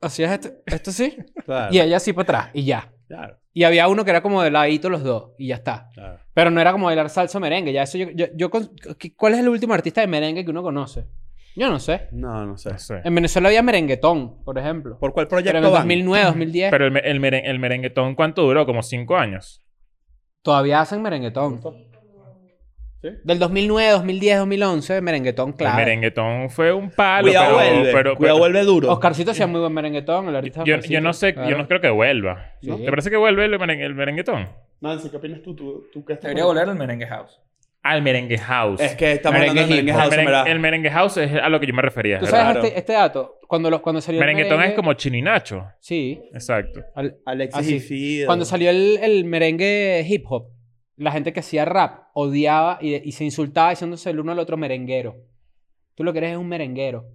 hacías esto, esto sí,
Claro,
y ella así para atrás y ya.
claro,
Y había uno que era como de ladito los dos y ya está.
claro.
Pero no era como bailar salsa o merengue. Ya eso yo, yo, yo con- ¿qué- ¿Cuál es el último artista de merengue que uno conoce? Yo no sé.
No, no sé.
No sé.
En Venezuela había merenguetón, por ejemplo.
¿Por cuál
Pero
proyecto
en el
van?
2009, 2010,
Pero el, me- el, meren- el merenguetón, ¿cuánto duró? Como cinco años.
todavía hacen merenguetón. Del 2009, 2010, 2011, merenguetón, claro.
El merenguetón fue un palo.
Cuidado
pero,
vuelve,
pero-
cuidado
pero-
vuelve duro.
Oscarcito hacía muy buen merenguetón, el artista
Yo,
Oscarcito,
yo no sé, yo
claro.
no creo que vuelva. ¿no?
Sí.
¿Te parece que vuelve el, meren- el merenguetón?
Nancy, ¿qué opinas tú? ¿Tú, tú qué estás
Debería
con-
volver al merengue house.
Al merengue house.
Es que estamos hablando de
Merengue
merengue
hip
el,
house,
meren-
¿verdad?
el merengue house es a lo que yo me refería.
¿Tú
¿verdad?
sabes
Claro.
este, este dato? Cuando, los, cuando salió el
Merenguetón
merengue-
es como chininacho.
Sí.
Exacto.
al-
Alexis
Así.
y Fido.
Cuando salió el, el merengue hip hop, la gente que hacía rap odiaba y, y se insultaba diciéndose el uno al otro merenguero. Tú lo que eres es un merenguero.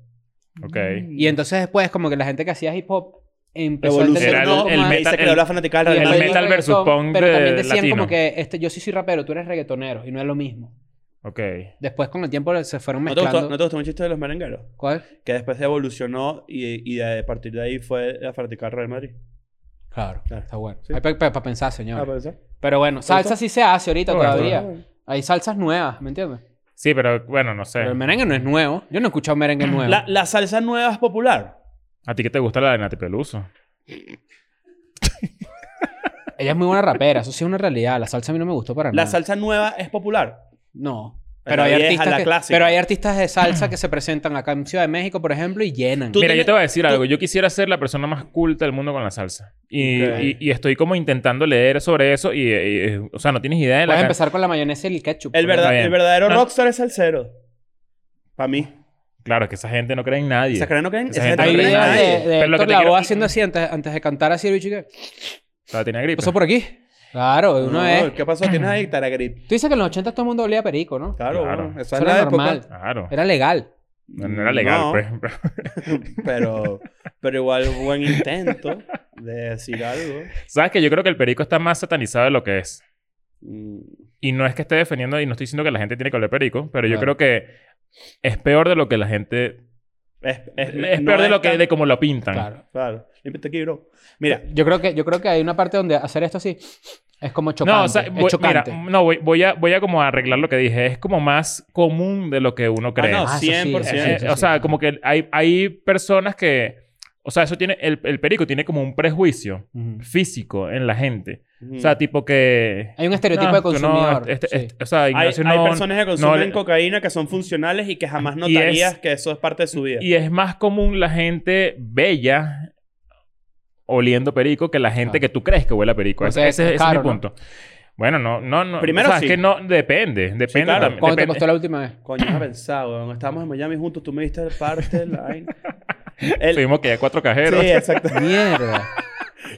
Ok.
mm.
Y entonces después, como que la gente que hacía hip hop empezó a
Evolucionó
entender
Era
un poco
el- el
más-
Ahí
meta-
se creó
el-
la fanática del
y
el
Real
después
Madrid.
metal
reggaetón,
versus punk
Pero
de-
también decían como
latino.
que este, yo sí soy rapero, tú eres reggaetonero. Y no es lo mismo.
Ok.
Después con el tiempo se fueron
¿No te,
mezclando.
gustó, ¿No te gustó mucho esto de los merengueros?
¿Cuál?
Que después se evolucionó y, y a partir de ahí fue la fanática del Real Madrid.
Claro,
Claro.
está bueno.
Sí.
para pensar,
Ah,
señor.
puede ser.
Pero bueno, salsa sí se hace ahorita
Bueno,
todavía. Hay salsas nuevas, ¿me entiendes?
Sí, pero bueno, no sé.
Pero el merengue no es nuevo. Yo no he escuchado merengue nuevo.
La, la salsa nueva es popular.
¿A ti qué te gusta la de Nati Peluso?
Ella es muy buena rapera, eso sí es una realidad. La salsa a mí no me gustó para
La
nada.
salsa nueva es popular.
No.
Pero
Pero hay,
la vieja,
artistas
la
que-
clásica.
pero hay artistas de salsa que se presentan acá en Ciudad de México, por ejemplo, y llenan.
Tú-
Mira,
tienes-
yo te voy a decir
tú-
algo. Yo quisiera ser la persona más culta del mundo con la salsa. Y,
Ok.
y- y estoy como intentando leer sobre eso y, y- o sea, no tienes idea de la
Puedes
can-
empezar con la mayonesa y el ketchup.
El,
por
verdad-
ejemplo.
bien.
el verdadero
No.
rockstar es salsero. Para mí.
Claro, es que esa gente no cree en nadie.
¿Se creen no creen?
Esa
Esa
gente
gente
Hay
no cree en
videos de,
nadie.
de
Pero lo
Héctor
que te quiero-
Lavoe haciendo así antes, antes de cantar así el bicho que
O sea, tenía gripe.
pasó por aquí. Claro, de una
No,
vez.
¿Qué pasó? Tienes ahí Taragrip.
Tú dices que en los 80 todo el mundo olía a perico, ¿no?
Claro,
Claro.
bueno, esa
Eso
es
era
la
normal.
época.
Claro.
Era legal.
No, no era legal,
No.
pues.
pero, pero igual buen intento de decir algo.
Sabes que yo creo que el perico está más satanizado de lo que es.
Mm,
Y no es que esté defendiendo y no estoy diciendo que la gente tiene que oler perico, pero yo
Claro.
creo que es peor de lo que la gente.
Es,
Es,
no
peor de lo
tan-
que de como lo pintan.
Claro.
Claro. Límpiate aquí, bro. Mira,
Yo creo que, yo creo que hay una parte donde hacer esto así es Es como chocante.
o sea,
es
voy- mira,
chocante.
no, voy, voy a, voy a como arreglar lo que dije. Es como más común de lo que uno cree.
no,
Ah, eso sí, eso
100%.
sí,
Eh,
eso
eh, o
sí.
sea, como que hay, hay personas que... O sea, eso tiene... El, el perico tiene como un prejuicio
Ujú.
físico en la gente.
Ujú.
O
Mm.
sea, tipo que...
Hay un estereotipo de
que no,
consumidor.
este-
sí.
este- o sea,
hay,
Ignacio
hay
no-
personas que consumen
le-
cocaína que son funcionales y que jamás
Y es-
notarías que eso es parte de su vida.
Y es más común la gente bella oliendo perico que la gente
Claro.
que tú crees que huele a perico.
Porque
Ese, ese-
es
ese es
caro,
mi
¿no?
punto. Bueno, no, no, no.
Primero
o sea,
sí.
es que no, depende. Depende
claro.
también.
¿Cuánto te
depende.
costó la última vez?
Coño, no pensaba, weón. Estábamos en Miami juntos, tú me diste parte de la vaina. El-
Tuvimos que ir a cuatro cajeros.
Sí, exacto.
Mierda.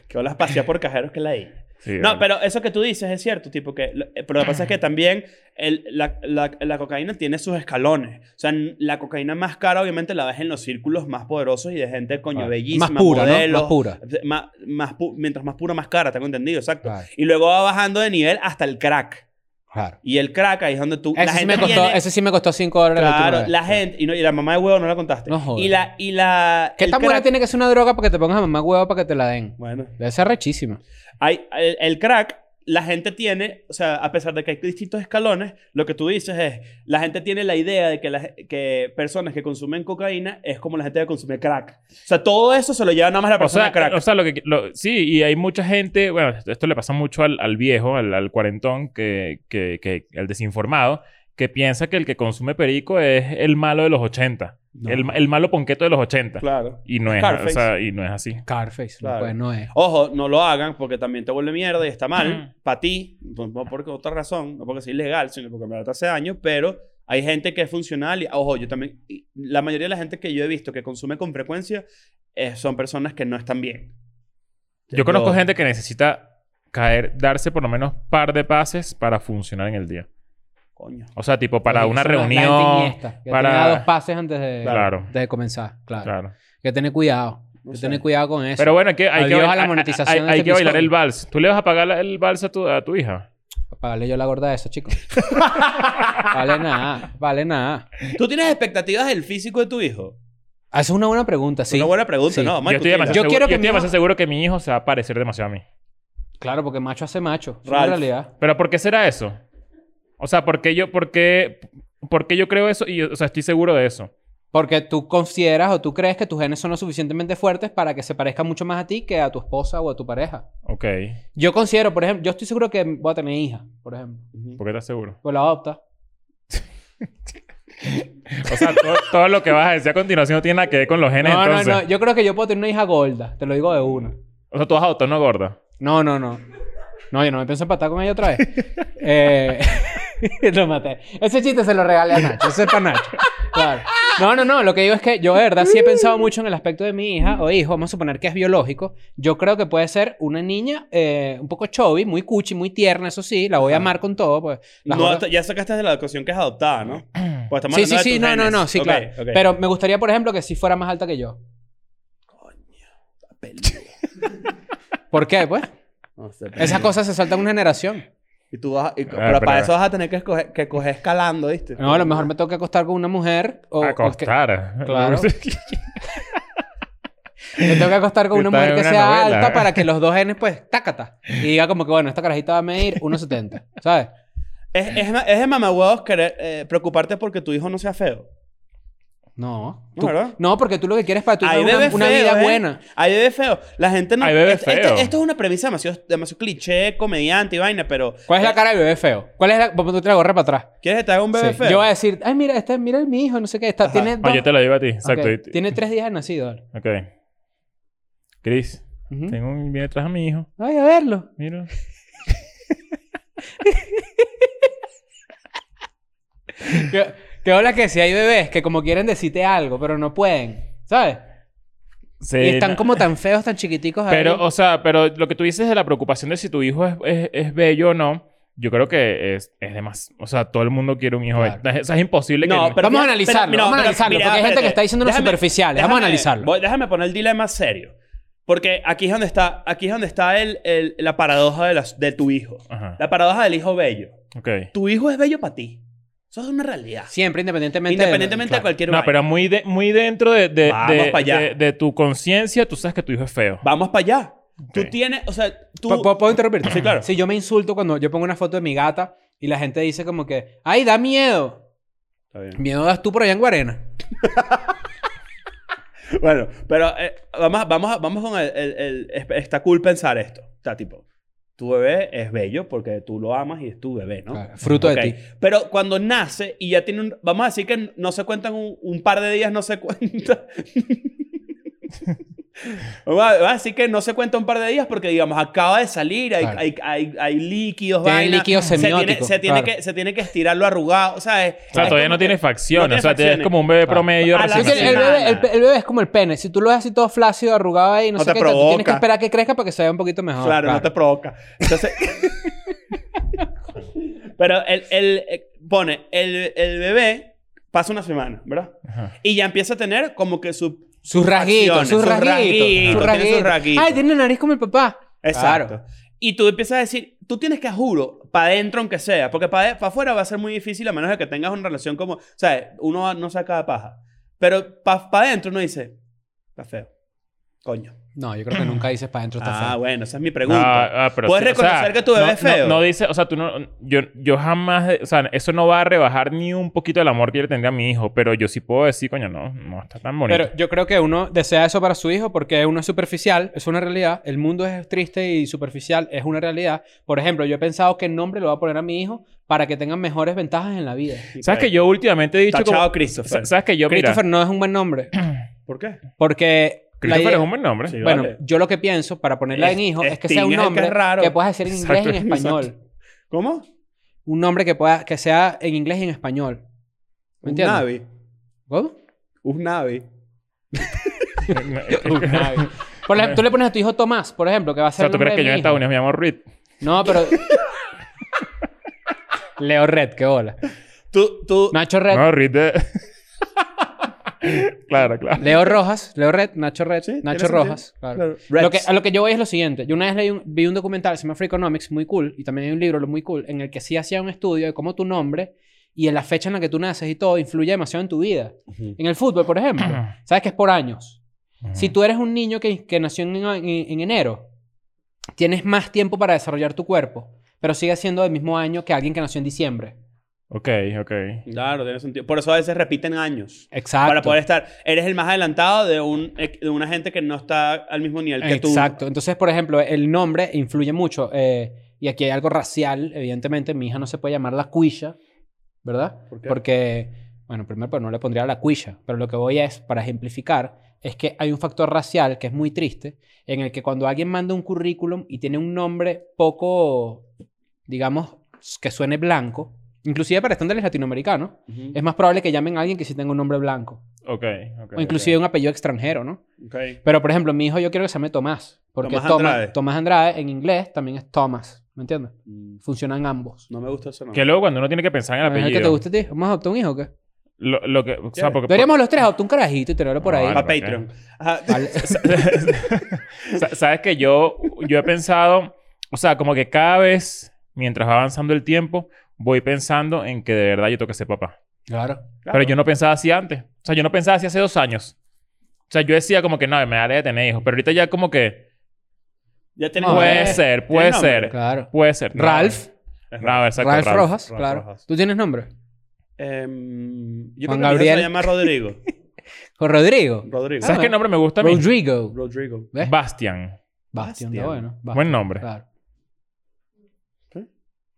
que las pasé por cajeros que la di.
Sí,
No,
vale.
pero eso que tú dices es cierto, tipo que... lo- eh, Pero lo que pasa es que también el- la, la- la cocaína tiene sus escalones. O sea, n- la cocaína más cara obviamente la ves en los círculos más poderosos y de gente, coño,
Claro.
bellísima,
Más pura, ¿no?
modelos,
Más pura.
ma- más pu- mientras más pura, más cara, tengo entendido, exacto.
Claro.
Y luego va bajando de nivel hasta el crack.
Claro.
Y el crack ahí es donde tú...
Ese sí, me costó,
tiene-
ese sí me costó 5 dólares la última
Claro,
vez.
la gente... Y, no- y la mamá de huevo no la contaste.
No jodas.
y la... Y la
¿Qué
el
tan buena
crack-
tiene que ser una droga para que te pongas a mamá huevo para que te la den?
Bueno.
Debe ser rechísima.
Hay, el, el crack, la gente tiene, o sea, a pesar de que hay distintos escalones, lo que tú dices es, la gente tiene la idea de que, las que personas que consumen cocaína es como la gente que consume crack. O sea, todo eso se lo lleva nada más la
O
persona
sea,
crack.
o sea, lo que, lo- sí, y hay mucha gente, bueno, esto, esto le pasa mucho al, al viejo, al, al cuarentón, que, que, que, al desinformado, que piensa que el que consume perico es el malo de los 80,
No.
el, el malo ponqueto de los 80.
claro.
Y no es,
Scarface.
o sea, y no es así.
Carface.
Claro.
Pues no es.
Ojo, no lo hagan porque también te vuelve mierda y está mal.
Ujú.
Para ti, no no por otra razón, no porque sea ilegal, sino porque en verdad te hace daño, pero hay gente que es funcional y, ojo, yo también, y la mayoría de la gente que yo he visto que consume con frecuencia eh, son personas que no están bien.
Yo conozco
Lo-
gente que necesita caer, darse por lo menos par de pases para funcionar en el día.
Coño.
O sea, tipo para
Eso
una
no es la gente
reunión.
Iniesta, que
para-
tenía dos pases antes de,
Claro.
antes de comenzar. Claro.
Claro.
Hay que tener cuidado. Hay
No
que
sé.
tener cuidado con eso.
Pero bueno, hay que, hay que,
Adiós a la
hay- hay-
monetización
hay-
de este
hay que bailar
episodio.
el vals. ¿Tú le vas a pagar la- el vals a tu, a tu hija?
Pagarle yo la gorda de eso, chicos. vale nada. Vale nada.
¿Tú tienes expectativas del físico de tu hijo?
Ah, Esa es una buena pregunta, sí.
Una buena pregunta,
Sí.
¿no?
Yo
Michael,
estoy
tienes-
demasiado,
Yo
seguro,
quiero que
yo estoy
mi
demasiado seguro que mi hijo se va a parecer demasiado a mí.
Claro, porque macho hace macho. Es una
Ralph.
realidad.
¿Pero por qué será eso? O sea, ¿por qué yo, por qué, por qué yo creo eso? Y, o sea, estoy seguro de eso.
Porque tú consideras o tú crees que tus genes son lo suficientemente fuertes para que se parezca mucho más a ti que a tu esposa o a tu pareja.
Ok.
Yo considero, por ejemplo, yo estoy seguro que voy a tener hija, por ejemplo.
Ujú.
¿Por qué estás seguro?
Pues la adopta.
O sea, todo, todo lo que vas a decir a continuación no tiene nada que ver con los genes,
No,
entonces.
no, no. Yo creo que yo puedo tener una hija gorda. Te lo digo de una.
O sea, tú vas a adoptar una gorda.
No, no, no. No, yo no me pienso empatar con ella otra vez. eh, lo maté. Ese chiste se lo regalé a Nacho. Ese es para Nacho. Claro. No, no, no. Lo que digo es que yo de verdad sí he pensado mucho en el aspecto de mi hija o hijo. Vamos a suponer que es biológico. Yo creo que puede ser una niña eh, un poco chovy, muy cuchi, muy tierna, eso sí. La voy a amar con todo. Pues, Las
No,
otras-
hasta- ya sacaste de la educación que es adoptada, ¿no? Pues estamos
Sí, sí,
hablando de
sí.
tus
No, no,
genes.
no. Sí,
Ok,
claro.
ok.
Pero me gustaría, por ejemplo, que sí fuera más alta que yo. ¿Por qué, pues?
No sé, pero-
Esas cosas se saltan una generación.
Y tú vas... y- pero,
pero-
para eso vas a tener que, escoger- que coger escalando, ¿viste?
No, a lo mejor me tengo que acostar con una mujer o, o que-
Acostar.
Oh, Claro. me tengo que acostar con una
Está
mujer
en
que
una
sea
novela,
alta
¿eh?
para que los dos genes pues tácata y diga como que bueno, esta carajita va a medir 1.70, ¿sabes?
Es, es, ma- es de mamahuevos querer eh, preocuparte porque tu hijo no sea feo.
No.
No,
tú-
¿verdad?
no, porque tú lo que quieres para tu hijo
Hay
es una,
bebés
una
feos,
vida
¿eh?
buena.
Hay bebés feos. La gente no...
Hay bebés
esto- esto-
feos.
Esto es una premisa demasiado, demasiado cliché, comediante y vaina, pero...
¿Cuál es la cara del bebé feo? ¿Cuál es la ponte la gorra para atrás?
¿Quieres que te haga un bebé
Sí.
feo?
Yo voy a decir, "Ay, mira, este mira mi hijo, no sé qué, está
Ajá.
tiene
Oye, yo te lo digo a ti. Exacto.
Ok,
Y-
Tiene tres días de nacido. ahora.
Ok. Cris,
Ujú.
tengo un... viene atrás a mi hijo.
Ay, a verlo.
Mira.
Que, que habla que si hay bebés que como quieren decirte algo, pero no pueden, ¿sabes?
Sí,
y están
no-
como tan feos, tan chiquiticos ahí.
Pero, o sea, pero lo que tú dices de la preocupación de si tu hijo es, es- es bello o no, yo creo que es, es de más. O sea, todo el mundo quiere un hijo
Claro.
bello. O sea, es imposible que...
No, pero
Vamos a
mira-
analizarlo,
pero- mira,
vamos a
pero-
analizarlo,
mira,
porque hay gente
espérate.
que está diciendo unos
Déjame-
superficiales, vamos a analizarlo.
voy- déjame poner el dilema serio. Porque aquí es donde está, aquí es donde está el, el- la paradoja de, las- de tu hijo.
Ajá.
La paradoja del hijo bello.
Ok.
Tu hijo es bello para ti. Eso es una realidad.
Siempre, independientemente.
Independientemente de,
claro.
cualquier
No,
vaina.
pero muy, de- muy dentro de, de,
Vamos
de-
pa' allá.
de- de tu conciencia, tú sabes que tu hijo es feo.
Vamos para allá. Tú tienes, o sea, tú...
¿Puedo- ¿Puedo, puedo interrumpirte?
Sí, claro.
Si yo me insulto cuando yo pongo una foto de mi gata y la gente dice como que, ¡ay, da miedo!
Está bien.
Miedo das tú por allá en Guarena.
Bueno, pero eh, vamos, vamos, a- vamos con el, el- el- es- Está cool pensar esto. Está tipo, tu bebé es bello porque tú lo amas y es tu bebé, ¿no?
Claro, fruto
Ok.
de ti.
Pero cuando nace y ya tiene un... Vamos a decir que no se cuentan un, un par de días, no se cuenta... Vamos a vamos a decir que no se cuenta un par de días porque, digamos, acaba de salir, hay,
Claro.
hay, hay, hay líquidos,
Tiene
vaina,
líquido
se tiene,
semiótico,
se, tiene
claro.
que, se tiene que estirarlo arrugado, o sea, es-
O sea,
es
todavía
como
no tiene
que- no
facciones.
tiene
o sea, te- es
facciones.
como un bebé promedio
A la
recién
Es que el,
nacido.
semana.
bebé, el pe- el bebé es como el pene. Si tú lo ves así todo flácido, arrugado ahí, no,
No
sé
te
qué, tú tienes que
provoca.
esperar que crezca para que se vea un poquito mejor.
Claro, no te provoca. Entonces. Pero el, el- eh, pone, el, el bebé pasa una semana, ¿verdad?
Ajá.
Y ya empieza a tener como que su.
Sus rasguitos,
acciones,
sus
sus
rasguitos.
rasguitos,
Sus
tiene sus
rasguitos.
rasguitos.
Ay, tiene nariz como el papá.
Exacto.
Claro.
Y tú empiezas a decir, tú tienes que, juro, para adentro aunque sea, porque para afuera va a ser muy difícil a menos de que tengas una relación como, o sea, uno no saca de paja. Pero para adentro uno dice, está feo. Coño.
No, yo creo que nunca dices para adentro está
Ah,
feo.
bueno, esa es mi pregunta.
Ah, ah, pero
¿Puedes
sí, o sea,
reconocer que tu bebé
no-
es feo?
No, no dice, o sea, tú no, yo, yo jamás, o sea, eso no va a rebajar ni un poquito el amor que yo le tendría a mi hijo, pero yo sí puedo decir, coño, no, no está tan bonito.
Pero yo creo que uno desea eso para su hijo porque uno es superficial, es una realidad. El mundo es triste y superficial, es una realidad. Por ejemplo, yo he pensado qué nombre le voy a poner a mi hijo para que tenga mejores ventajas en la vida.
¿Sabes que yo últimamente he dicho
Tachado
como,
Christopher.
¿Sabes que yo, mira,
pues. Christopher no es un buen nombre
¿Por qué?
porque... la
Christopher
idea-
es un buen nombre.
Sí,
Bueno,
vale.
yo lo que pienso para ponerla
Es-
en hijo es, que
Sting
sea un
es el que es
nombre que,
raro.
puedas decir en inglés
Exacto,
y en español.
exacto. ¿Cómo?
Un nombre que pueda que sea en inglés y en español.
Un
¿Me entiendes?
navi.
¿Cómo?
Un navi.
Por ejemplo, tú le pones a tu hijo Tomás, por ejemplo, que va a
o
ser
sea,
el
tú crees que
nombre de
yo en
mi
Estados
hijo.
Unidos me llamo Reed.
No, pero. Leo Red, qué bola.
Tú, tú.
Nacho Red.
No, Reed de... claro, claro.
Leo Rojas. Leo Red, Nacho Red.
Sí, tiene
Nacho
sentido.
Rojas. Claro.
Claro.
Lo que,
Reds.
a lo que yo voy es lo siguiente. Yo una vez leí un- vi un documental, se llama Free Economics, muy cool, y también hay un libro muy cool, en el que sí hacía un estudio de cómo tu nombre y en la fecha en la que tú naces y todo influye demasiado en tu vida.
Ujú.
En el fútbol, por ejemplo, sabes que es por años.
Mm.
Si tú eres un niño que, que nació en, en- en enero, tienes más tiempo para desarrollar tu cuerpo, pero sigue siendo del mismo año que alguien que nació en diciembre.
Ok, ok.
Claro, tiene sentido. Por eso a veces repiten años.
Exacto.
Para poder estar. Eres el más adelantado de, un, de una gente que no está al mismo nivel que tú.
Exacto. Entonces, por ejemplo, el nombre influye mucho. eh, y aquí hay algo racial, evidentemente. Mi hija no se puede llamar la cuisha, ¿verdad?
¿Por qué?
Porque, bueno, primero, pues no le pondría la cuisha. Pero lo que voy es, para ejemplificar, es que hay un factor racial que es muy triste, en el que cuando alguien manda un currículum y tiene un nombre poco, digamos, que suene blanco, inclusive para estándares latinoamericanos,
Ujú.
es más probable que llamen a alguien que sí tenga un nombre blanco.
Ok, ok.
O inclusive un apellido extranjero, ¿no?
Ok.
Pero, por ejemplo, mi hijo yo quiero que se llame Tomás. Porque Tomás
Tomás
Thomas, Andrade.
Andrade.
Tomás Andrade en inglés también es Thomas. ¿Me entiendes?
Mm,
Funcionan ambos.
No me gusta ese nombre.
Que luego cuando uno tiene que pensar en el
¿Es
apellido.
el que te guste a ti? ¿Vamos a adoptar un hijo o qué?
Lo, lo que, o sea,
¿Quieres?
porque...
Deberíamos los tres adoptar un carajito y tenerlo por
No,
ahí.
vale.
Para
¿para qué?
Patreon. Ajá.
Vale.
Sa- Sabes que yo, yo he pensado, o sea, como que cada vez, mientras va avanzando el tiempo, voy pensando en que de verdad yo tengo que ser papá.
claro.
Claro.
Pero yo no pensaba así antes. O sea, yo no pensaba así hace dos años. O sea, yo decía como que no, me daré de tener hijos. Pero ahorita ya como que
Ya tenemos.
No,
puede
eh,
ser,
Ah, tiene
puede
nombre,
ser.
Claro.
Puede ser.
Ralph.
Es
Ralph, exacto.
Ralph,
Ralph,
Rojas.
Ralph
claro.
Rojas.
¿Tú tienes nombre?
Em, yo
Juan
creo que mi hija
Gabriel.
se llama Rodrigo.
Con Rodrigo.
Rodrigo.
¿Sabes
Ah.
qué nombre me gusta a mí?
Rodrigo.
Rodrigo.
¿Ves?
Bastian.
Ah,
Bastian. está
Bastian.
bueno. Bastian,
Buen nombre.
Claro.
¿Qué?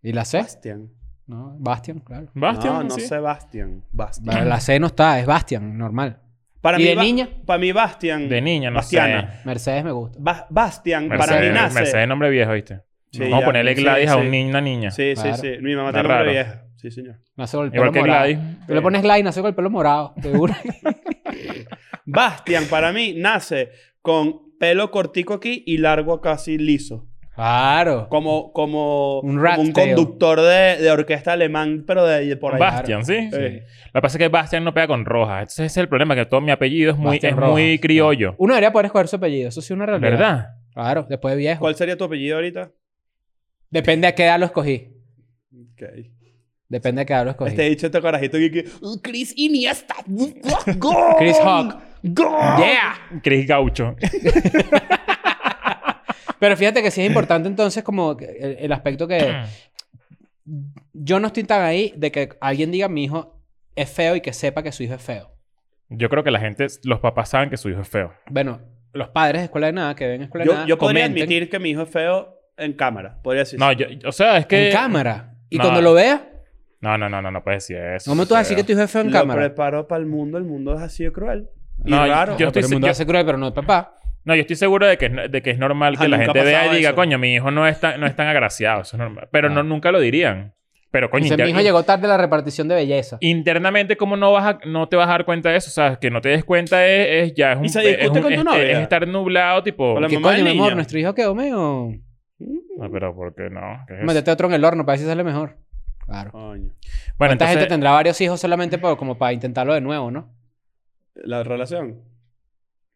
¿Y la C?
Sebastián.
No, Bastian, claro.
¿Eh? Bastian.
No, no
sí.
Sebastián. Bastian.
Pero la C no está, es Bastian, normal.
Para
¿Y
mí
de
Ba-
niña?
Para mí Bastian.
De niña, no
Bastiana.
sé.
Mercedes me gusta.
Ba- Bastian, para mí
Mercedes,
nace.
Mercedes, nombre viejo, ¿viste?
Sí,
Vamos a
ya,
ponerle
sí,
Gladys a
sí.
un niño, una niña.
Sí, sí,
Claro.
sí. Mi mamá
Está
tiene nombre
raro.
vieja. Sí, señor.
Nació con el pelo
Igual que
morado.
Gladys.
Tú le pones Gladys, nació con el pelo morado. seguro.
Bastian para mí nace con pelo cortico aquí y largo casi liso.
claro.
Como, como,
Un
como
rat
un
tail.
conductor de, de orquesta alemán, pero de, de por ahí.
Bastian, ¿sí?
Eh,
Lo que pasa es que Bastian no pega con Rojas. Ese es el problema, que todo mi apellido es muy,
Bastian
es muy
Rojas.
criollo.
Uno debería poder escoger su apellido. Eso sí es una realidad.
¿Verdad?
Claro, después de viejo.
¿Cuál sería tu apellido ahorita?
Depende a qué edad lo escogí.
Ok.
Depende a qué edad lo escogí.
Este dicho, este carajito que... que "Uh, Chris Iniesta. ¡Gol!
Chris Hawk.
¡Gol!
¡Yeah!
Cris Gaucho.
Pero fíjate que sí es importante entonces como que el, el aspecto que yo no estoy tan ahí de que alguien diga mi hijo es feo y que sepa que su hijo es feo.
Yo creo que la gente, los papás saben que su hijo es feo.
Bueno, los padres de escuela de nada que ven escuela de
Yo,
nada
yo podría
comenten
admitir que mi hijo es feo en cámara. Podría decir.
No, yo, o sea, es que.
en cámara y
No.
cuando lo veas,
No, no, no, no, no puedes decir eso.
¿cómo tú vas a decir que
feo.
tu hijo es feo en
lo
cámara?
preparó para el mundo. El mundo es así de cruel. Y
No,
raro.
yo-
Yo estoy el
estoy-
mundo hace cruel, pero no el papá.
No, yo estoy seguro de que, es no- de que es normal
Ajá,
que la
nunca
gente
ha
vea y
pasado
diga,
eso.
coño, mi hijo no es tan, no es tan agraciado, eso es normal. Pero
Ah.
no, nunca lo dirían. Pero coño,
Dice,
inter-
mi hijo llegó tarde a la repartición de belleza.
internamente, ¿cómo no, vas a- no te vas a dar cuenta de eso? O sea, que no te des cuenta es, es- ya es un.
¿Y se
es
discute
un-
con tu
es-
novia?
es estar nublado, tipo.
Con la
¿Qué
mamá
coño,
del
mi amor?
niño.
¿Nuestro hijo quedó medio...?
No, pero ¿por qué no? ¿Qué es eso?
Métete otro en el horno para ver si sale mejor. Claro.
Coño.
Bueno,
Esta gente
entonces.
tendrá varios hijos solamente por- como para intentarlo de nuevo, ¿no?
La relación.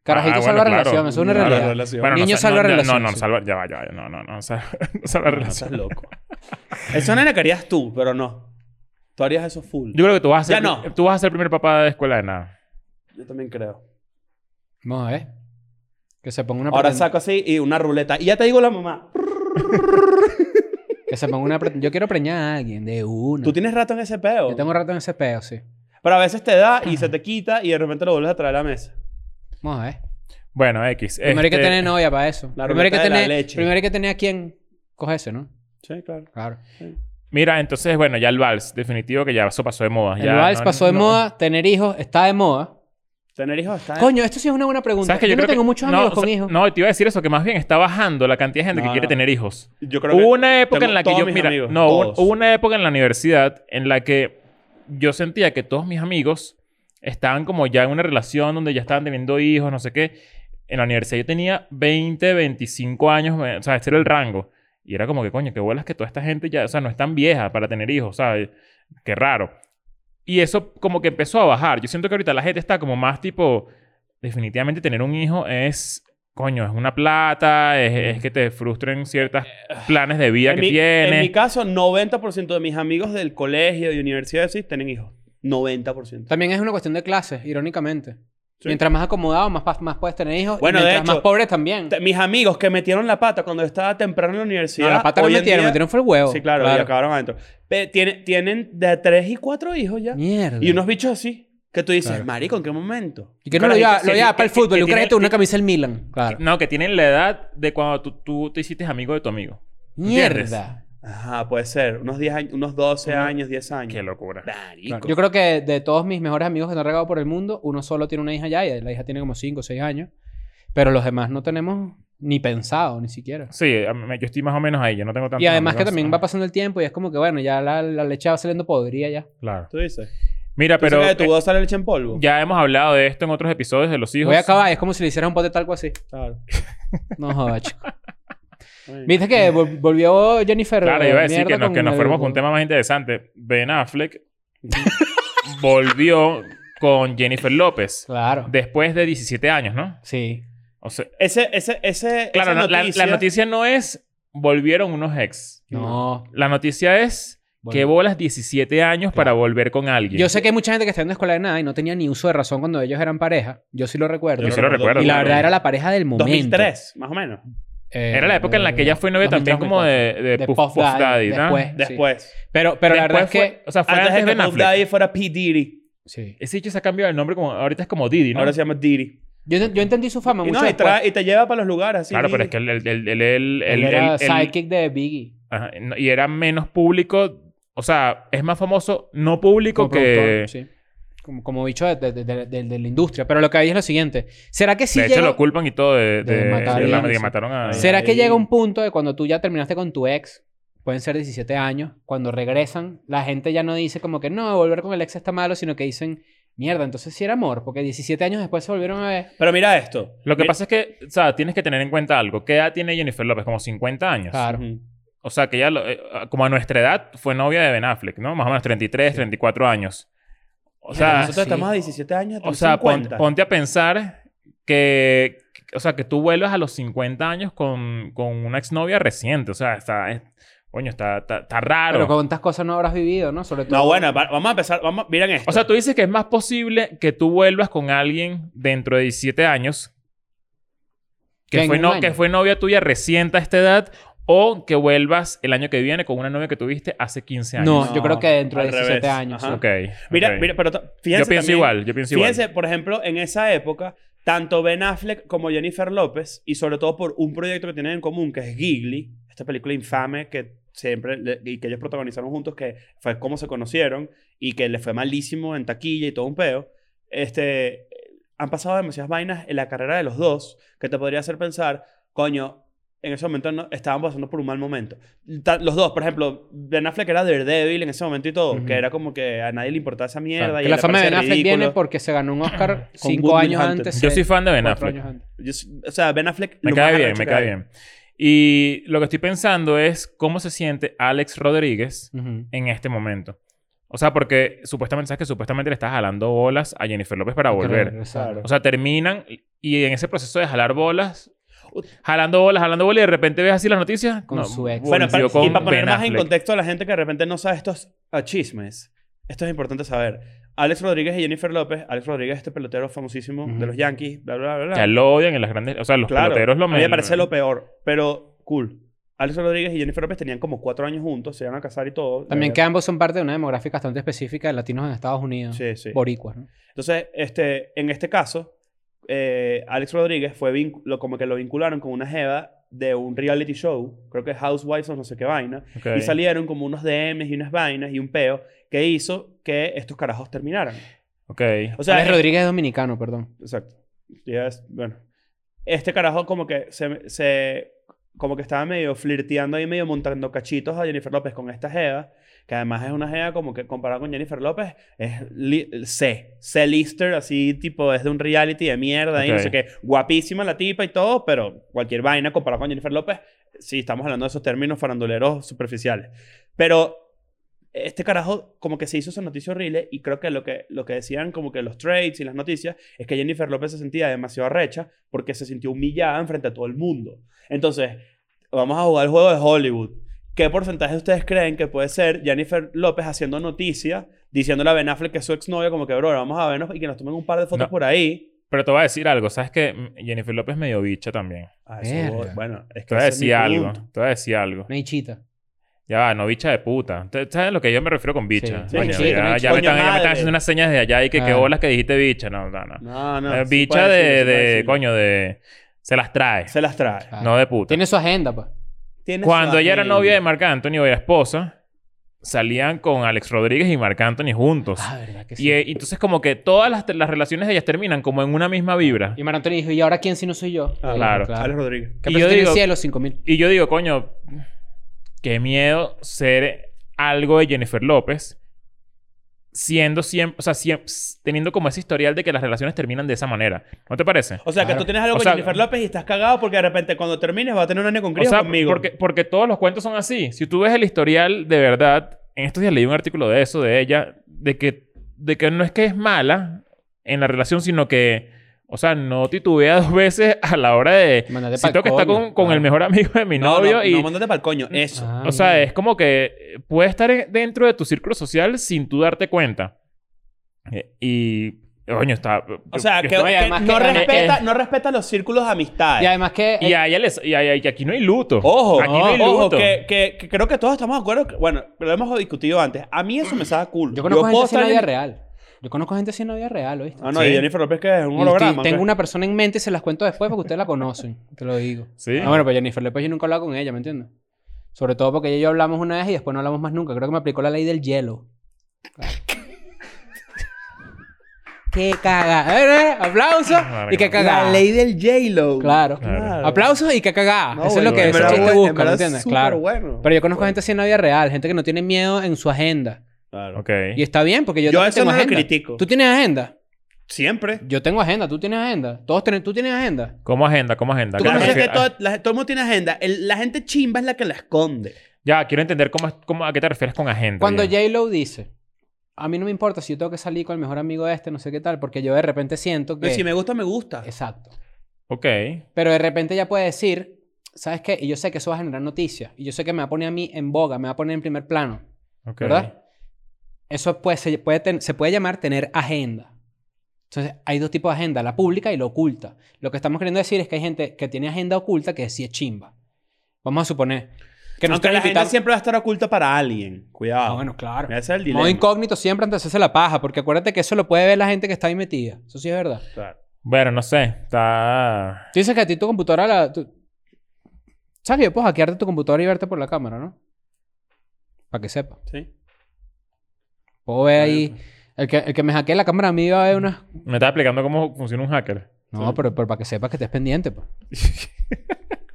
Carajito
Ah, bueno,
salva
claro.
relación, eso es una
Claro,
La
realidad.
relación.
Bueno,
Niño
no, sa-
salva
no, ya-
relación,
No, no,
sí.
salva, ya va, ya va, no, no, no, salva, no salva
No,
relación.
estás loco. Eso no harías tú, pero no. Tú harías eso full.
Yo creo que tú vas a ser,
Ya no.
tú vas a ser el primer papá de escuela de nada.
Yo también creo.
Vamos a ver. Que se ponga una
Ahora
preten-
saco así y una ruleta. Y ya te digo la mamá.
Que se ponga una preten- Yo quiero preñar a alguien de una.
Tú tienes rato en ese peo.
Yo tengo rato en ese pedo, sí.
Pero a veces te da y se te quita y de repente lo vuelves a traer a la mesa.
Vamos a ver.
Bueno, X.
Primero hay que
este,
tener novia para eso.
La
Primero hay que
ruleta de la
tener,
leche.
primero hay que tener a quien coge eso, ¿no?
Sí, claro.
Claro.
Mira, entonces, bueno, ya el vals, definitivo que ya eso pasó de moda.
El
Ah, ya,
vals
no-
pasó de
no-
moda, tener hijos está de moda.
Tener hijos está...
Coño, esto sí es una buena pregunta.
Ah. ¿Sabes que
yo
yo,
no
creo que-
tengo muchos amigos
o
con
sea,
hijos.
No, te iba a decir eso, que más bien está bajando la cantidad de gente
No,
que quiere
no.
tener hijos.
Yo creo que...
Hubo una época
tengo
en la que
todos
yo,
mis
mira,
amigos,
no, hubo-
todos.
hubo una época en la universidad en la que yo sentía que todos mis amigos estaban como ya en una relación donde ya estaban teniendo hijos, no sé qué. En la universidad yo tenía 20, 25 años, me- o sea, este era el rango. Y era como que, coño, qué bolas que toda esta gente ya, o sea, no es tan vieja para tener hijos, ¿sabes? Qué raro. Y eso como que empezó a bajar. Yo siento que ahorita la gente está como más tipo, definitivamente tener un hijo es, coño, es una plata, es, es que te frustren ciertos planes de vida
en,
que
mi, en mi
tienes.
caso, 90% de mis amigos del colegio y universidad sí tienen hijos. 90%.
También es una cuestión de clases, irónicamente.
Sí.
Mientras más acomodado, más, pa- más puedes tener hijos.
Bueno,
y
de
mientras
hecho,
más pobres también.
Te- Mis amigos que metieron la pata cuando yo estaba temprano en la universidad...
no, la pata no
hoy en
metieron,
día-
metieron fue el huevo.
Sí, claro, y acabaron adentro. Pe- tiene- tienen de 3 y 4 hijos ya.
Mierda.
Y unos bichos así. Que tú dices,
Claro.
marico, ¿en qué momento?
Y que no lo
Carajito,
lleva,
sí,
lo lleva
que-
para el
que-
fútbol.
que
Y un
tiene- este
carajito, una
que-
camisa del Milan. Claro.
No, que tienen la edad de cuando tú, tú te hiciste amigo de tu amigo. ¿entiendes?
Mierda.
Ajá, puede ser. Unos, 10 años, unos 12
Ujú.
años, 10 años.
Qué locura.
Marico.
Yo creo que de todos mis mejores amigos que han regado por el mundo, uno solo tiene una hija ya. Y la hija tiene como 5 o 6 años. Pero los demás no tenemos ni pensado, ni siquiera.
Sí, a mí- yo estoy más o menos ahí, yo no tengo tanto.
Y además que también va pasando el tiempo y es como que, bueno, ya la, la leche va saliendo podrida ya.
Claro.
Tú dices.
Mira,
Pero,
pero
de tu
eh,
voz sale leche en polvo.
ya hemos hablado de esto en otros episodios de los hijos.
Voy a acabar, es como si le hicieras un pote talco así.
Claro.
No jodas, chico.
Bueno.
Viste que vol- volvió Jennifer.
Claro,
eh,
yo iba a decir
mierda
que nos, que
con
nos
el-
fuéramos con un tema más interesante. Ben Affleck volvió con Jennifer López
Claro.
después de 17 años, ¿no?
Sí.
O sea,
Ese, ese, ese.
claro,
esa
no- la- La, noticia no es volvieron unos ex.
No.
La noticia es
Bueno.
que bolas 17 años para volver con alguien.
Yo sé que hay mucha gente que está en la escuela de nada y no tenía ni uso de razón cuando ellos eran pareja. Yo sí lo recuerdo.
Yo sí lo recuerdo.
Y la verdad
claro.
era la pareja del momento.
2003, más o menos.
Eh,
Era la época en la que ella fue novia también como de, de Puff, Puff Daddy, ¿no?
Después. sí.
Después.
Pero, pero la verdad es
Después
que.
fue- O sea, fue antes,
Antes de
Ben
que Puff
Affleck.
Daddy fuera P. Diddy.
Sí.
Ese hecho se ha cambiado el nombre como... Ahorita es como Diddy, ¿no?
Ahora se llama Diddy.
Yo, yo entendí su fama
Y,
mucho.
no, y,
después.
trae- y te lleva para los lugares así.
claro, pero
Diddy.
es que él... él, él, él, él- él-
Él era
él- él-
sidekick de Biggie.
ajá, no, y era menos público... O sea, es más famoso no público
como
que...
productor, sí. Como, como bicho de, de- de- de- de la industria. Pero lo que hay es lo siguiente. ¿Será que sí
de hecho,
llega-
lo culpan y todo de...
de
de-
matar
de
a
la-
alguien,
de que
sí.
mataron a...
Sí.
¿Será que
Ahí-
llega un punto de cuando tú ya terminaste con tu ex? Pueden ser 17 años. Cuando regresan, la gente ya no dice como que no, volver con el ex está malo, sino que dicen, mierda, entonces sí era amor, porque 17 años después se volvieron a ver.
Pero mira esto.
Lo que
Mira-
pasa es que, o sea, tienes que tener en cuenta algo. ¿Qué edad tiene Jennifer López? Como 50 años.
Claro.
Ujú.
O sea, que ya, lo- eh, como a nuestra edad, fue novia de Ben Affleck, ¿no? Más o menos 33, 34 años. O
Ah,
sea,
Nosotros
sí.
estamos a 17 años.
o sea pon-
50.
ponte a pensar que, o sea, que tú vuelvas a los 50 años con, con una exnovia reciente. O sea, está, es- coño, está, está, está raro.
Pero cuántas cosas no habrás vivido, ¿no? Sobre todo.
No, bueno, va- vamos a empezar. Vamos, miren esto.
O sea, tú dices que es más posible que tú vuelvas con alguien dentro de 17 años que,
Venga,
fue
un
no-
año.
que fue novia tuya reciente a esta edad o que vuelvas el año que viene con una novia que tuviste hace 15 años.
No, yo creo que dentro de
al
17
revés.
años.
Ajá.
Ok.
Mira,
ok.
mira, pero to- fíjense
yo pienso
también-
igual, yo pienso
Fíjense,
igual.
por ejemplo, en esa época, tanto Ben Affleck como Jennifer López, y sobre todo por un proyecto que tienen en común, que es Gigli, esta película infame que siempre le- y que ellos protagonizaron juntos, que fue como se conocieron y que les fue malísimo en taquilla y todo un peo. Este, han pasado demasiadas vainas en la carrera de los dos que te podría hacer pensar, coño, en ese momento no, estaban pasando por un mal momento. Ta- los dos, por ejemplo, Ben Affleck era Daredevil en ese momento y todo,
Ujú.
que era como que a nadie le importaba esa mierda.
Claro,
y
Que
él
la
le
fama de Ben
parecía
Affleck viene
ridículo.
porque se ganó un Oscar
Con
cinco
Goodwill
años
Hunting.
antes.
yo soy fan de Ben
cuatro
Affleck.
años antes.
Yo s- o sea, Ben Affleck.
Me
lo
cae
más
bien,
arrecho
me
que
cae
hay.
bien. Y lo que estoy pensando es cómo se siente Alex Rodríguez
Ujú.
en este momento. O sea, porque supuestamente, ¿sabes que supuestamente le estás jalando bolas a Jennifer López para volver?
Claro.
O sea, terminan y en ese proceso de jalar bolas, jalando bolas, jalando bolas y de repente ves así las noticias.
Con su ex.
Bueno, para-
coincidió
y
con
para poner
Ben
más en
Affleck.
contexto a la gente que de repente no sabe estos ah, chismes, esto es importante saber. Alex Rodríguez y Jennifer López. Alex Rodríguez, este pelotero famosísimo de
Ujú.
los Yankees, bla, bla, bla. bla.
Ya lo odian en las grandes... O sea, los
claro.
peloteros lo
A mí me
men-
parece lo peor, pero cool. Alex Rodríguez y Jennifer López tenían como cuatro años juntos, se iban a casar y todo.
También
Eh,
que ambos son parte de una demográfica bastante específica de latinos en Estados Unidos.
Sí, sí.
Boricuas, ¿no?
Entonces, este, en este caso, eh, Alex Rodríguez fue vincu- lo, como que lo vincularon con una jeva de un reality show, creo que Housewives o no sé qué vaina,
Ok.
y salieron como unos DMs y unas vainas y un peo que hizo que estos carajos terminaran.
Ok.
O sea,
Alex
eh,
Rodríguez es dominicano, perdón.
exacto. Y es- bueno, este carajo como que se, se- como que estaba medio flirteando ahí, medio montando cachitos a Jennifer López con esta jeva, que además es una jeva como que comparada con Jennifer López es li- C, C lister, así tipo es de un reality de mierda y no
Ok.
sé qué, guapísima la tipa y todo, pero cualquier vaina comparada con Jennifer López, sí estamos hablando de esos términos faranduleros superficiales. Pero este carajo como que se hizo esa noticia horrible y creo que lo que, lo que decían como que los trades y las noticias es que Jennifer López se sentía demasiado recha porque se sintió humillada enfrente a todo el mundo. Entonces, vamos a jugar el juego de Hollywood. ¿Qué porcentaje ustedes creen que puede ser Jennifer López haciendo noticia, diciéndole a Ben Affleck que es su exnovia, como que, bro, vamos a vernos y que nos tomen un par de fotos
No.
por ahí?
Pero te voy a decir algo. ¿Sabes que Jennifer López es medio bicha también?
A eso voy.
Verga.
Bueno, es que
Te voy a
ese es mi
decir algo.
punto.
Te voy a decir algo.
Una hichita.
Ya va, no bicha de puta. Te- ¿Sabes lo que yo me refiero con bicha?
Sí,
Coño,
sí,
ya,
sí.
ya me
Coño
están, ya me
madre.
están haciendo unas señas de allá y que qué
Ah.
bolas que dijiste bicha. No, no, no.
No, no.
Eh,
sí
bicha de,
puede decirlo, sí puede
de-
decirlo.
coño, de... Se las trae.
Se las trae.
Ah.
No de puta.
Tiene su agenda, pues.
Tiene
Cuando
su
ella era
agenda.
novia de Marc Anthony o era esposa, salían con Alex Rodríguez y Marc Anthony juntos.
Ah, verdad que
Y, eh, entonces como que todas las, las relaciones de ellas terminan como en una misma vibra.
Y Mar Anthony dijo, ¿y ahora quién si no soy yo?
Ah,
Claro.
Alex Rodríguez.
¿Qué
Y
precio
yo
tiene
digo-
el cielo? 5000.
Y yo digo, coño, qué miedo ser algo de Jennifer López siendo siempre, o sea, siem- teniendo como ese historial de que las relaciones terminan de esa manera. ¿No te parece?
O sea, que
Claro.
tú tienes algo
O
con
sea-
Jennifer López y estás cagado porque de repente cuando termines vas a tener un año con
O
Chris
sea,
conmigo.
Porque, porque todos los cuentos son así. Si tú ves el historial de verdad, en estos días leí un artículo de eso, de ella, de que, de que no es que es mala en la relación, sino que, o sea, no titubea dos veces a la hora de...
Mándate
Si tengo que estar con, con el mejor amigo de mi
no,
novio
no,
y...
no, mándate pa'l coño.
Mm,
Eso.
ah,
O sea, es como que eh, puede estar en- dentro de tu círculo social sin tú darte cuenta. Eh, Y. Coño, está.
o sea, que,
yo estaba-
y
que
además
no,
que-
respeta,
eh,
no respeta los círculos de amistad.
Y además que... eh,
Y a ella les- y a- y que aquí no hay luto.
Ojo,
Aquí no hay
ojo,
luto.
que, que- que creo que todos estamos de acuerdo. que- bueno, lo hemos discutido antes. A mí eso me sabe cool.
Yo conozco
puedo
gente así en la
estar
vida
en-
real. Yo conozco gente así en la vida real, ¿oíste?
Ah, no,
Sí.
y Jennifer López que es un
Y
holograma.
te- tengo
¿ok?
una persona en mente y se las cuento después porque ustedes la conocen. Te lo digo.
Sí.
Ah, bueno, pero Jennifer López yo nunca he hablado con ella, ¿me entiendes? Sobre todo porque ella y yo hablamos una vez y después no hablamos más nunca. Creo que me aplicó la ley del hielo. ¡Qué caga! Eh, eh, ¡Aplausos! y qué caga.
La ley del J-Lo.
Claro.
Claro.
¡Aplausos y qué caga!
No,
Eso es
bueno,
lo que
en
ese
verdad
chiste
bueno, en
busca, ¿me
verdad
entiendes?
súper
Claro.
bueno.
Pero yo conozco gente así en la vida real. Gente que no tiene miedo en su agenda.
Claro.
Ok.
Y está bien porque yo,
Yo
también
eso
tengo
no lo
agenda.
critico.
¿Tú tienes agenda?
Siempre.
Yo tengo agenda. ¿Tú tienes agenda? Todos tienen... ¿Tú tienes agenda?
¿Cómo agenda? ¿Cómo agenda?
Tú
Claro,
conoces
sí.
que
Ah,
todo, la- todo el mundo tiene agenda. El- la gente chimba es la que la esconde.
Ya, quiero entender cómo, es- cómo- a qué te refieres con agenda.
Cuando
ya.
J-Lo dice, a mí no me importa si yo tengo que salir con el mejor amigo este, no sé qué tal, porque yo de repente siento que...
Pero si me gusta, me gusta.
Exacto.
Ok.
Pero de repente ella puede decir, ¿sabes qué? Y yo sé que eso va a generar noticias. Y yo sé que me va a poner a mí en boga, me va a poner en primer plano. pues,
Ok.
¿Verdad? Eso puede, se, puede ten- se puede llamar tener agenda. Entonces, hay dos tipos de agenda, la pública y la oculta. Lo que estamos queriendo decir es que hay gente que tiene agenda oculta que sí es chimba. Vamos a suponer que nos
Aunque la
quieren invitar...
gente siempre va a estar oculta para alguien. Cuidado.
Ah, bueno, claro.
Ese es el dilema.
Modo incógnito siempre antes de hacerse la paja, porque acuérdate que eso lo puede ver la gente que está ahí metida. Eso sí es verdad.
Claro.
Bueno, no sé. Está.
Tú dices que a ti tu computadora la... tú- ¿Sabes que yo puedo hackearte tu computadora y verte por la cámara, no? Para que sepa.
Sí.
Puedo ver ahí... El que, el que me hackee la cámara a mí va a ver unas...
Me está explicando cómo funciona un hacker.
No, pero, pero para que sepas que estés pendiente, pues.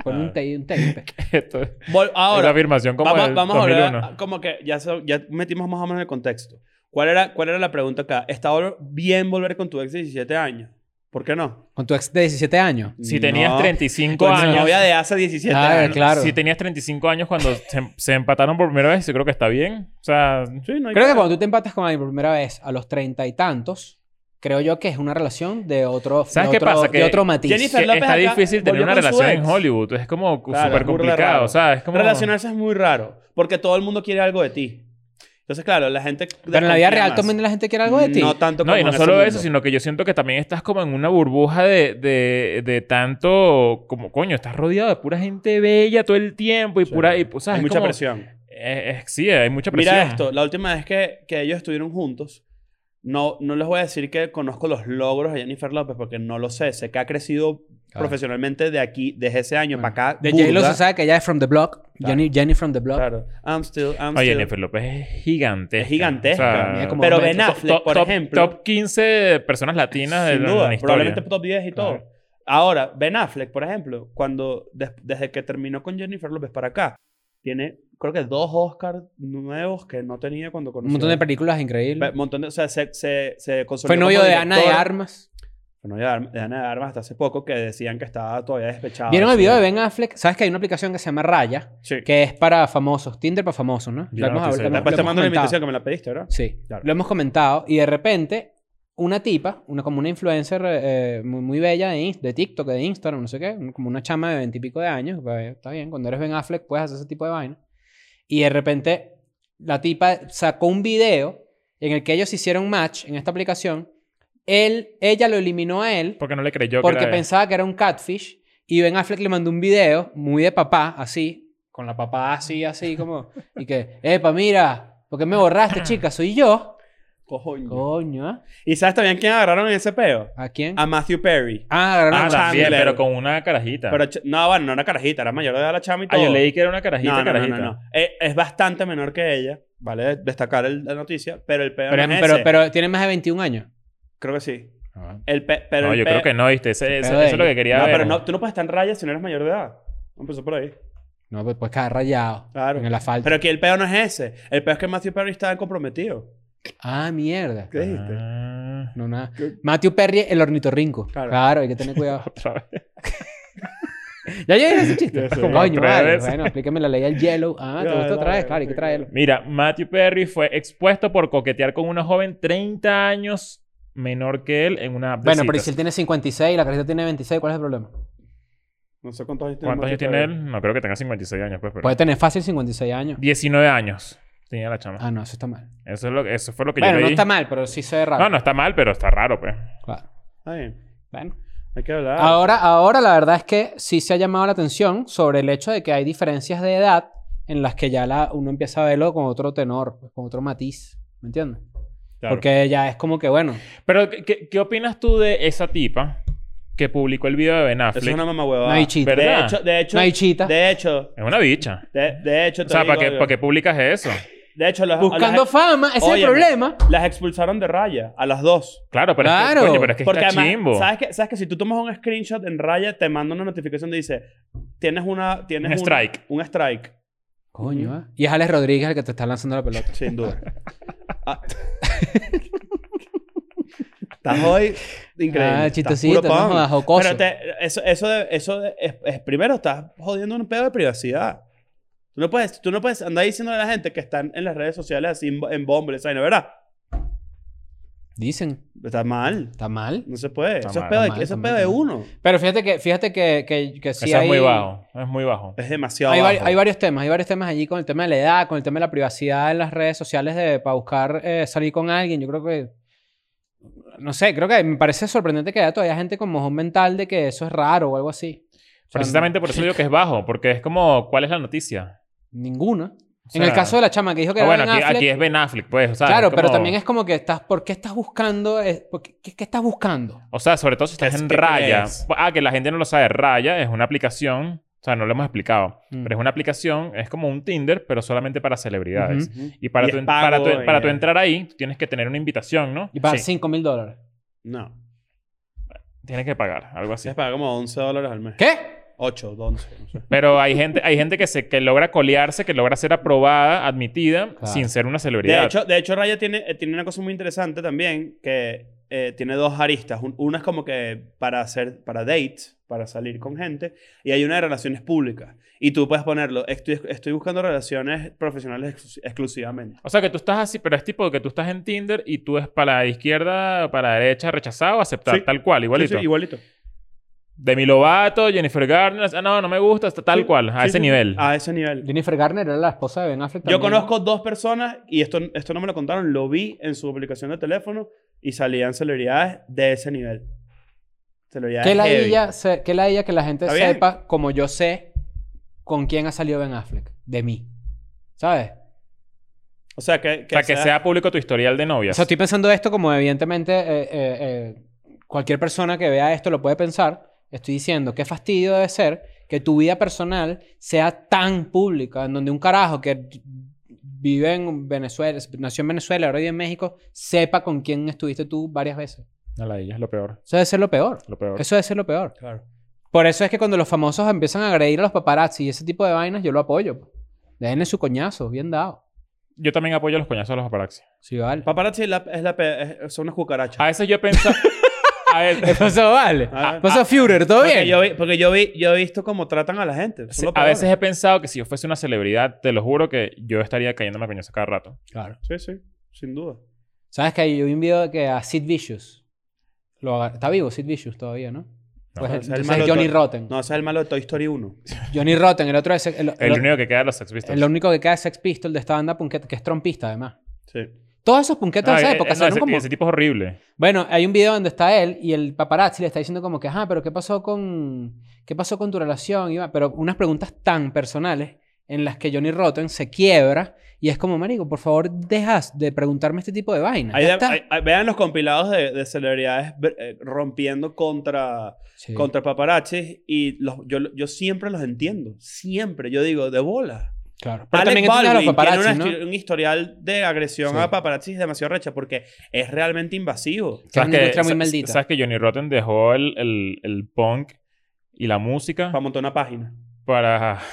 Con un tape, un tape.
Esto
Vol-
es la
Ahora,
afirmación como
vamos,
del
vamos a
2001.
volver a- como que ya, so- ya metimos más o menos el contexto. ¿Cuál era, ¿Cuál era la pregunta acá? ¿Está vol- bien volver con tu ex de 17 años? ¿Por qué no?
Con tu ex de 17 años.
Si tenías
Pues, No.
35
Con su
años.
novia de hace 17
Ah,
años.
claro.
Si tenías 35 años cuando se, se empataron por primera vez, yo creo que está bien. O sea,
Sí, no hay
Creo que
problema.
cuando tú te empatas con alguien por primera vez a los treinta y tantos, creo yo que es una relación de otro, de
¿Sabes qué
otro-
pasa?
de
Que
otro matiz.
que
Jennifer López
está
acá
difícil tener
volvió
una
con su
relación en
ex.
Hollywood. Es como
Claro,
súper
es burda de raro.
complicado, ¿sabes? Es como...
Relacionarse es muy raro, porque todo el mundo quiere algo de ti. Entonces, claro, la gente...
Pero en la vida real también la gente quiere algo de ti.
No tanto
No,
como
y no
en ese
solo eso,
mundo.
sino que yo siento que también estás como en una burbuja de, de, de tanto, como coño, estás rodeado de pura gente bella todo el tiempo y
Sí.
pura, y, pues, ¿sabes?
Hay mucha
Como-
presión.
Eh, eh, sí, hay mucha presión.
Mira esto, la última vez que, que ellos estuvieron juntos, no, no les voy a decir que conozco los logros de Jennifer López porque no lo sé. Sé que ha crecido
Claro.
profesionalmente de aquí, desde ese año
Bueno,
para acá.
De
burda.
J-Lo se sabe que ella es from the block.
Claro.
Jenny, Jenny from the block.
Claro. I'm still, I'm
Oye,
still.
Jennifer López es gigantesca.
Es gigantesca.
mide como
Pero
dos
Ben
metros.
Affleck,
top-
por
top-
ejemplo.
Top 15 de personas latinas de
sin
la,
duda,
la historia.
probablemente top 10 y
Claro.
todo. Ahora, Ben Affleck, por ejemplo, cuando des- desde que terminó con Jennifer López para acá, tiene creo que dos Oscars nuevos que no tenía cuando conoció.
Un montón de
a-
películas increíbles.
Pe- montón de- o sea, se, se, se consolidó
Fue novio
como
de Ana de
director.
Armas.
Fue novio de, Arm- de Ana de Armas hasta hace poco que decían que estaba todavía despechada.
¿Vieron el video de Ben Affleck? ¿Sabes que hay una aplicación que se llama Raya?
Sí.
Que es para famosos. Tinder para famosos, ¿no?
Yo no
hemos-
estoy seguro.
hemos-
Después te
hemos
mando la
comentado.
invitación que me la pediste, ¿verdad?
Sí,
Claro.
lo hemos comentado. Y de repente, una tipa, una, como una influencer eh, muy, muy bella de, Ins- de TikTok, de Instagram, no sé qué, un- como una chama de veintipico de años, pues, está bien, cuando eres Ben Affleck puedes hacer ese tipo de vaina. Y de repente, la tipa sacó un video en el que ellos hicieron match en esta aplicación. Él, ella lo eliminó a él
Porque no le creyó que
porque
era-
pensaba que era un catfish. Y Ben Affleck le mandó un video muy de papá, así, con la papá así, así, como. Y que, epa, mira, ¿por qué me
Ah.
borraste, chica? Soy yo.
Cojoño.
Coño, ¿eh?
¿Y sabes también quién agarraron en ese peo?
¿A quién?
A Matthew Perry.
Ah, agarraron
Ah,
a-
también,
Chandler.
pero con una carajita.
Pero, ch- no, bueno, no era carajita, era mayor de edad la chama y
ah,
todo.
yo leí que era una carajita,
no, no, no,
carajita.
no, no. Eh, Es, bastante menor que ella, vale destacar el- la noticia, pero el peo
pero, em,
no es
pero,
ese.
pero tiene más de 21 años.
Creo que sí.
Ah.
El pe- pero
No,
el
yo
pe-
creo que no, ¿viste? Ese-
Pero
ese-
de
eso es lo que
ella.
quería
No,
ver.
pero no, tú no puedes estar en raya si no eres mayor de edad. Empezó por ahí.
No, pues puedes quedar rayado.
Claro.
En la falta.
Pero que el peo no es ese. El peo es que Matthew Perry estaba comprometido.
Ah, mierda.
¿Qué dijiste?
Ah,
No, nada.
¿Qué?
Matthew Perry, el ornitorrinco.
Claro.
Claro, hay que tener cuidado.
otra vez.
ya llegué a ese chiste.
Ya sé.
Coño,
Como tres
vale.
veces.
Bueno, explícame la ley del yellow. Ah, te
Ya,
gusta otra
dale,
vez. Claro, hay que
sí,
traerlo.
Mira, Matthew Perry fue expuesto por coquetear con una joven 30 años menor que él en una app de
Bueno, pero
citas.
¿y si él tiene 56 y la carita tiene 26, ¿cuál es el problema?
No sé cuántos años tiene
¿Cuántos
Matthew
años tiene
Perry.
él? No creo que tenga 56 años, pues, pero...
Puede tener fácil 56 años.
19 años tenía la chama.
Ah, no, eso está mal.
Eso, es lo, que- eso fue lo que
bueno,
yo
no
leí.
está mal, pero sí se ve raro.
No, no está mal, pero está raro, pues.
Claro.
Está bien.
Bueno.
Hay que hablar.
Ah.
Ahora, ahora la verdad es que sí se ha llamado la atención sobre el hecho de que hay diferencias de edad en las que ya la, uno empieza a verlo con otro tenor, pues, con otro matiz. ¿Me entiendes?
Claro.
Porque ya es como que, bueno,
Pero, ¿qué- ¿qué, qué opinas tú de esa tipa que publicó el video de Ben
Eso
Affleck?
es una mamá huevada.
no hay chita.
¿verdad?
De hecho, de hecho,
No hay chita.
de hecho,
Es una bicha.
de, de hecho,
O
te
sea, ¿para
digo
qué,
algo.
¿para qué publicas eso?
De hecho, las,
Buscando
las,
fama, ese es el
Óyeme.
problema.
las expulsaron de raya a las dos.
Claro, pero es
Claro.
que, coño, pero es que
Porque
está
además,
chimbo.
¿sabes que, sabes que si tú tomas un screenshot en raya, te manda una notificación que dice, tienes una, tienes
Un strike.
un strike,
Coño, ¿eh? Y es Alex Rodríguez el que te está lanzando la pelota.
sin duda. Ah. Estás hoy increíble.
Ah,
Estás
chistosito,
puro pan.
no jodas, jocoso.
Pero te- eso, eso, de- eso de- es, es- primero estás jodiendo un pedo de privacidad. Tú no puedes, tú no puedes andar diciendo a la gente que están en las redes sociales así en, en Bumble, esa vaina, ¿verdad?
Dicen,
Está mal.
está mal.
No se puede.
Está
eso
mal,
es pedo,
está
de,
mal,
eso es
está
pedo
mal,
de
está mal.
uno.
Pero fíjate que, fíjate que, que, que sí
Eso
hay...
es muy bajo. Es muy bajo.
Es demasiado
Hay, vari-
bajo.
hay varios temas, hay varios temas allí con el tema de la edad, con el tema de la privacidad en las redes sociales de, para buscar eh, salir con alguien. Yo creo que No sé, creo que me parece sorprendente que haya todavía gente con mojón mental de que eso es raro o algo así. O sea,
Precisamente por eso digo que es bajo, porque es como, ¿cuál es la noticia?
no- Ninguna.
O
en el
sea,
caso de la chama que dijo que
ah,
era
bueno,
Ben
aquí,
Affleck,
aquí es Ben Affleck, pues. O sea,
claro,
es
pero
como-
también es como que estás... ¿Por qué estás buscando? Es, por qué, qué- qué estás buscando?
O sea, sobre todo si estás
¿Qué es-
en
qué
Raya.
es?
Ah, que la gente no lo sabe. Raya es una aplicación. O sea, no lo hemos explicado.
Mm.
Pero es una aplicación, es como un Tinder, pero solamente para celebridades.
Ujú.
Y para,
Y
tu,
es pago,
para, tu,
y-
para tu entrar ahí, tú tienes que tener una invitación, ¿no?
Y para
Sí.
5 mil dólares.
No.
Tienes que pagar, algo así.
Se paga como 11 dólares al mes.
¿Qué?
8, 11, no sé.
Pero hay gente, hay gente que, se, que logra colearse, que logra ser aprobada, admitida,
Claro.
sin ser una celebridad.
De hecho, de hecho Raya tiene, eh, tiene una cosa muy interesante también, que eh, tiene dos aristas. Un- una es como que para hacer, para dates, para salir con gente, y hay una de relaciones públicas. Y tú puedes ponerlo, estoy, estoy buscando relaciones profesionales exclus- exclusivamente.
o sea, que tú estás así, pero es tipo que tú estás en Tinder y tú es para la izquierda, para la derecha, rechazado, aceptar,
Sí.
tal cual, igualito.
Sí, sí, igualito.
Demi Lovato, Jennifer Garner, ah, no, no me gusta, está tal
Sí,
cual, a
sí, Ah,
ese
sí,
nivel.
A ese nivel.
Jennifer Garner era la esposa de Ben Affleck
Yo
también.
conozco dos personas, y esto, esto no me lo contaron, lo vi en su publicación de teléfono y salían celebridades de ese nivel. Celebridades
Que la
heavy.
ella, se- que la ella que la gente
Está bien.
sepa, como yo sé, con quién ha salido Ben Affleck. De mí. ¿Sabes?
O sea, que,
o sea, que sea... público tu historial de
O
novias.
sea, estoy pensando esto como evidentemente eh, eh, eh, cualquier persona que vea esto lo puede pensar. Estoy diciendo qué fastidio debe ser que tu vida personal sea tan pública, en donde un carajo que vive en Venezuela, nació en Venezuela, ahora vive en México, sepa con quién estuviste tú varias veces.
No, la de ella es lo peor,
Eso debe ser lo peor.
lo peor.
Eso debe ser lo peor.
Claro.
Por eso es que cuando los famosos empiezan a agredir a los paparazzi y ese tipo de vainas, yo lo apoyo. po. Déjenle su coñazo, bien dado.
Yo también apoyo los coñazos a los paparazzi.
Sí, vale.
Paparazzi es la, es la pe- es- son unas cucarachas.
Ah,
A veces yo pienso... a veces...
Eso vale.
Ah,
Pasó Führer, ¿todo
porque
pues, bien?
Yo vi- porque yo, vi, yo he visto cómo tratan a la gente. Son
Sí,
los
a
peores.
veces he pensado que si yo fuese una celebridad, te lo juro que yo estaría cayéndome a coñazos cada rato.
Claro.
Sí, sí, sin duda.
¿Sabes que Yo vi un video de que a Sid Vicious. Lo aga- Está vivo Sid Vicious todavía, ¿no? Pues
no,
el-
es el
entonces
malo
es Johnny
to-
Rotten.
No, ese es el malo de Toy Story 1.
Johnny Rotten, el otro es... El, el-
El único que queda de los Sex Pistols.
el único que queda es Sex Pistol de esta banda punqueta, que es trompista, además.
Sí.
Todos esos punquetas
No,
de esa
eh,
época
no,
salieron
ese,
como...
ese tipo es horrible.
Bueno, hay un video donde está él y el paparazzi le está diciendo como que, ajá, pero ¿qué pasó con, qué pasó con tu relación? Iván?" Pero unas preguntas tan personales en las que Johnny Rotten se quiebra y es como, marico, por favor, dejas de preguntarme este tipo de vainas.
Ahí
Ya
de-
está.
ahí- ahí- vean los compilados de, de celebridades eh, rompiendo contra,
Sí.
contra paparazzi y los, yo, yo siempre los entiendo. Siempre. Yo digo, de bola.
Claro. Pero
Alex
también entiendes a
Baldwin
los
tiene
paparazzi,
una
¿no?
histo- un historial de agresión
Sí.
a paparazzi demasiado recha porque es realmente invasivo.
Que es una industria muy
sa-
maldita.
sabes que Johnny Rotten dejó el, el- el punk y la
Ah.
música
Para montar una página.
para...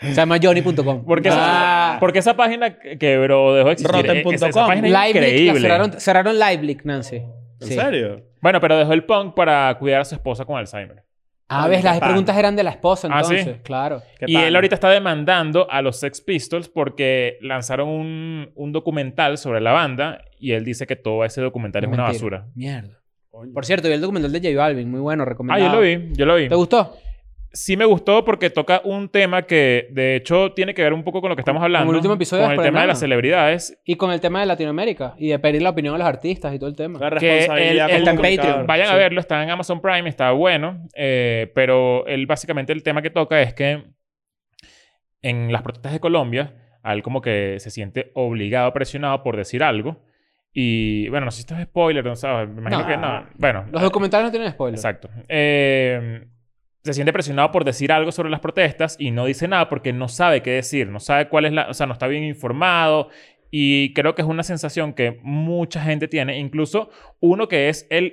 Se llama Johnny.com.
Porque,
Ah.
esa, porque esa página quebró, dejó de existir.
Rotten.com.
Eh, Esa, esa página es
Livelick, la
increíble.
cerraron, cerraron Livelick, Nancy.
¿En
Sí.
serio?
Bueno, pero dejó el punk para cuidar a su esposa con Alzheimer.
Ah, ves, las
Pan.
preguntas eran de la esposa
Ah, ¿sí?
entonces. Claro.
Qué
Y él
pana.
ahorita está demandando a los Sex Pistols porque lanzaron un, un documental sobre la banda y él dice que todo ese documental es una
Mentira.
basura.
Mierda.
Coño.
Por cierto, vi el documental de J Balvin. Muy bueno,
Ah,
recomendado.
yo lo vi, yo lo vi.
¿Te gustó?
Sí me gustó porque toca un tema que de hecho tiene que ver un poco con lo que estamos hablando.
el último episodio de
Con el
Después de
tema de
Nada.
las celebridades.
Y con el tema de Latinoamérica y de pedir la opinión a los artistas y todo el tema.
La
que
responsabilidad
él- él-
como
está en
comunicador.
Patreon.
Vayan a
Sí.
verlo, está en Amazon Prime, está bueno. eh, pero él básicamente el tema que toca es que en las protestas de Colombia, a él como que se siente obligado, presionado por decir algo. Y bueno, no sé si esto es spoiler, no sabes, me imagino
No.
que no. Bueno,
Los documentales no tienen spoilers.
Exacto. Eh, se siente presionado por decir algo sobre las protestas y no dice nada porque no sabe qué decir, no sabe cuál es la, o sea, no está bien informado y creo que es una sensación que mucha gente tiene, incluso uno que es el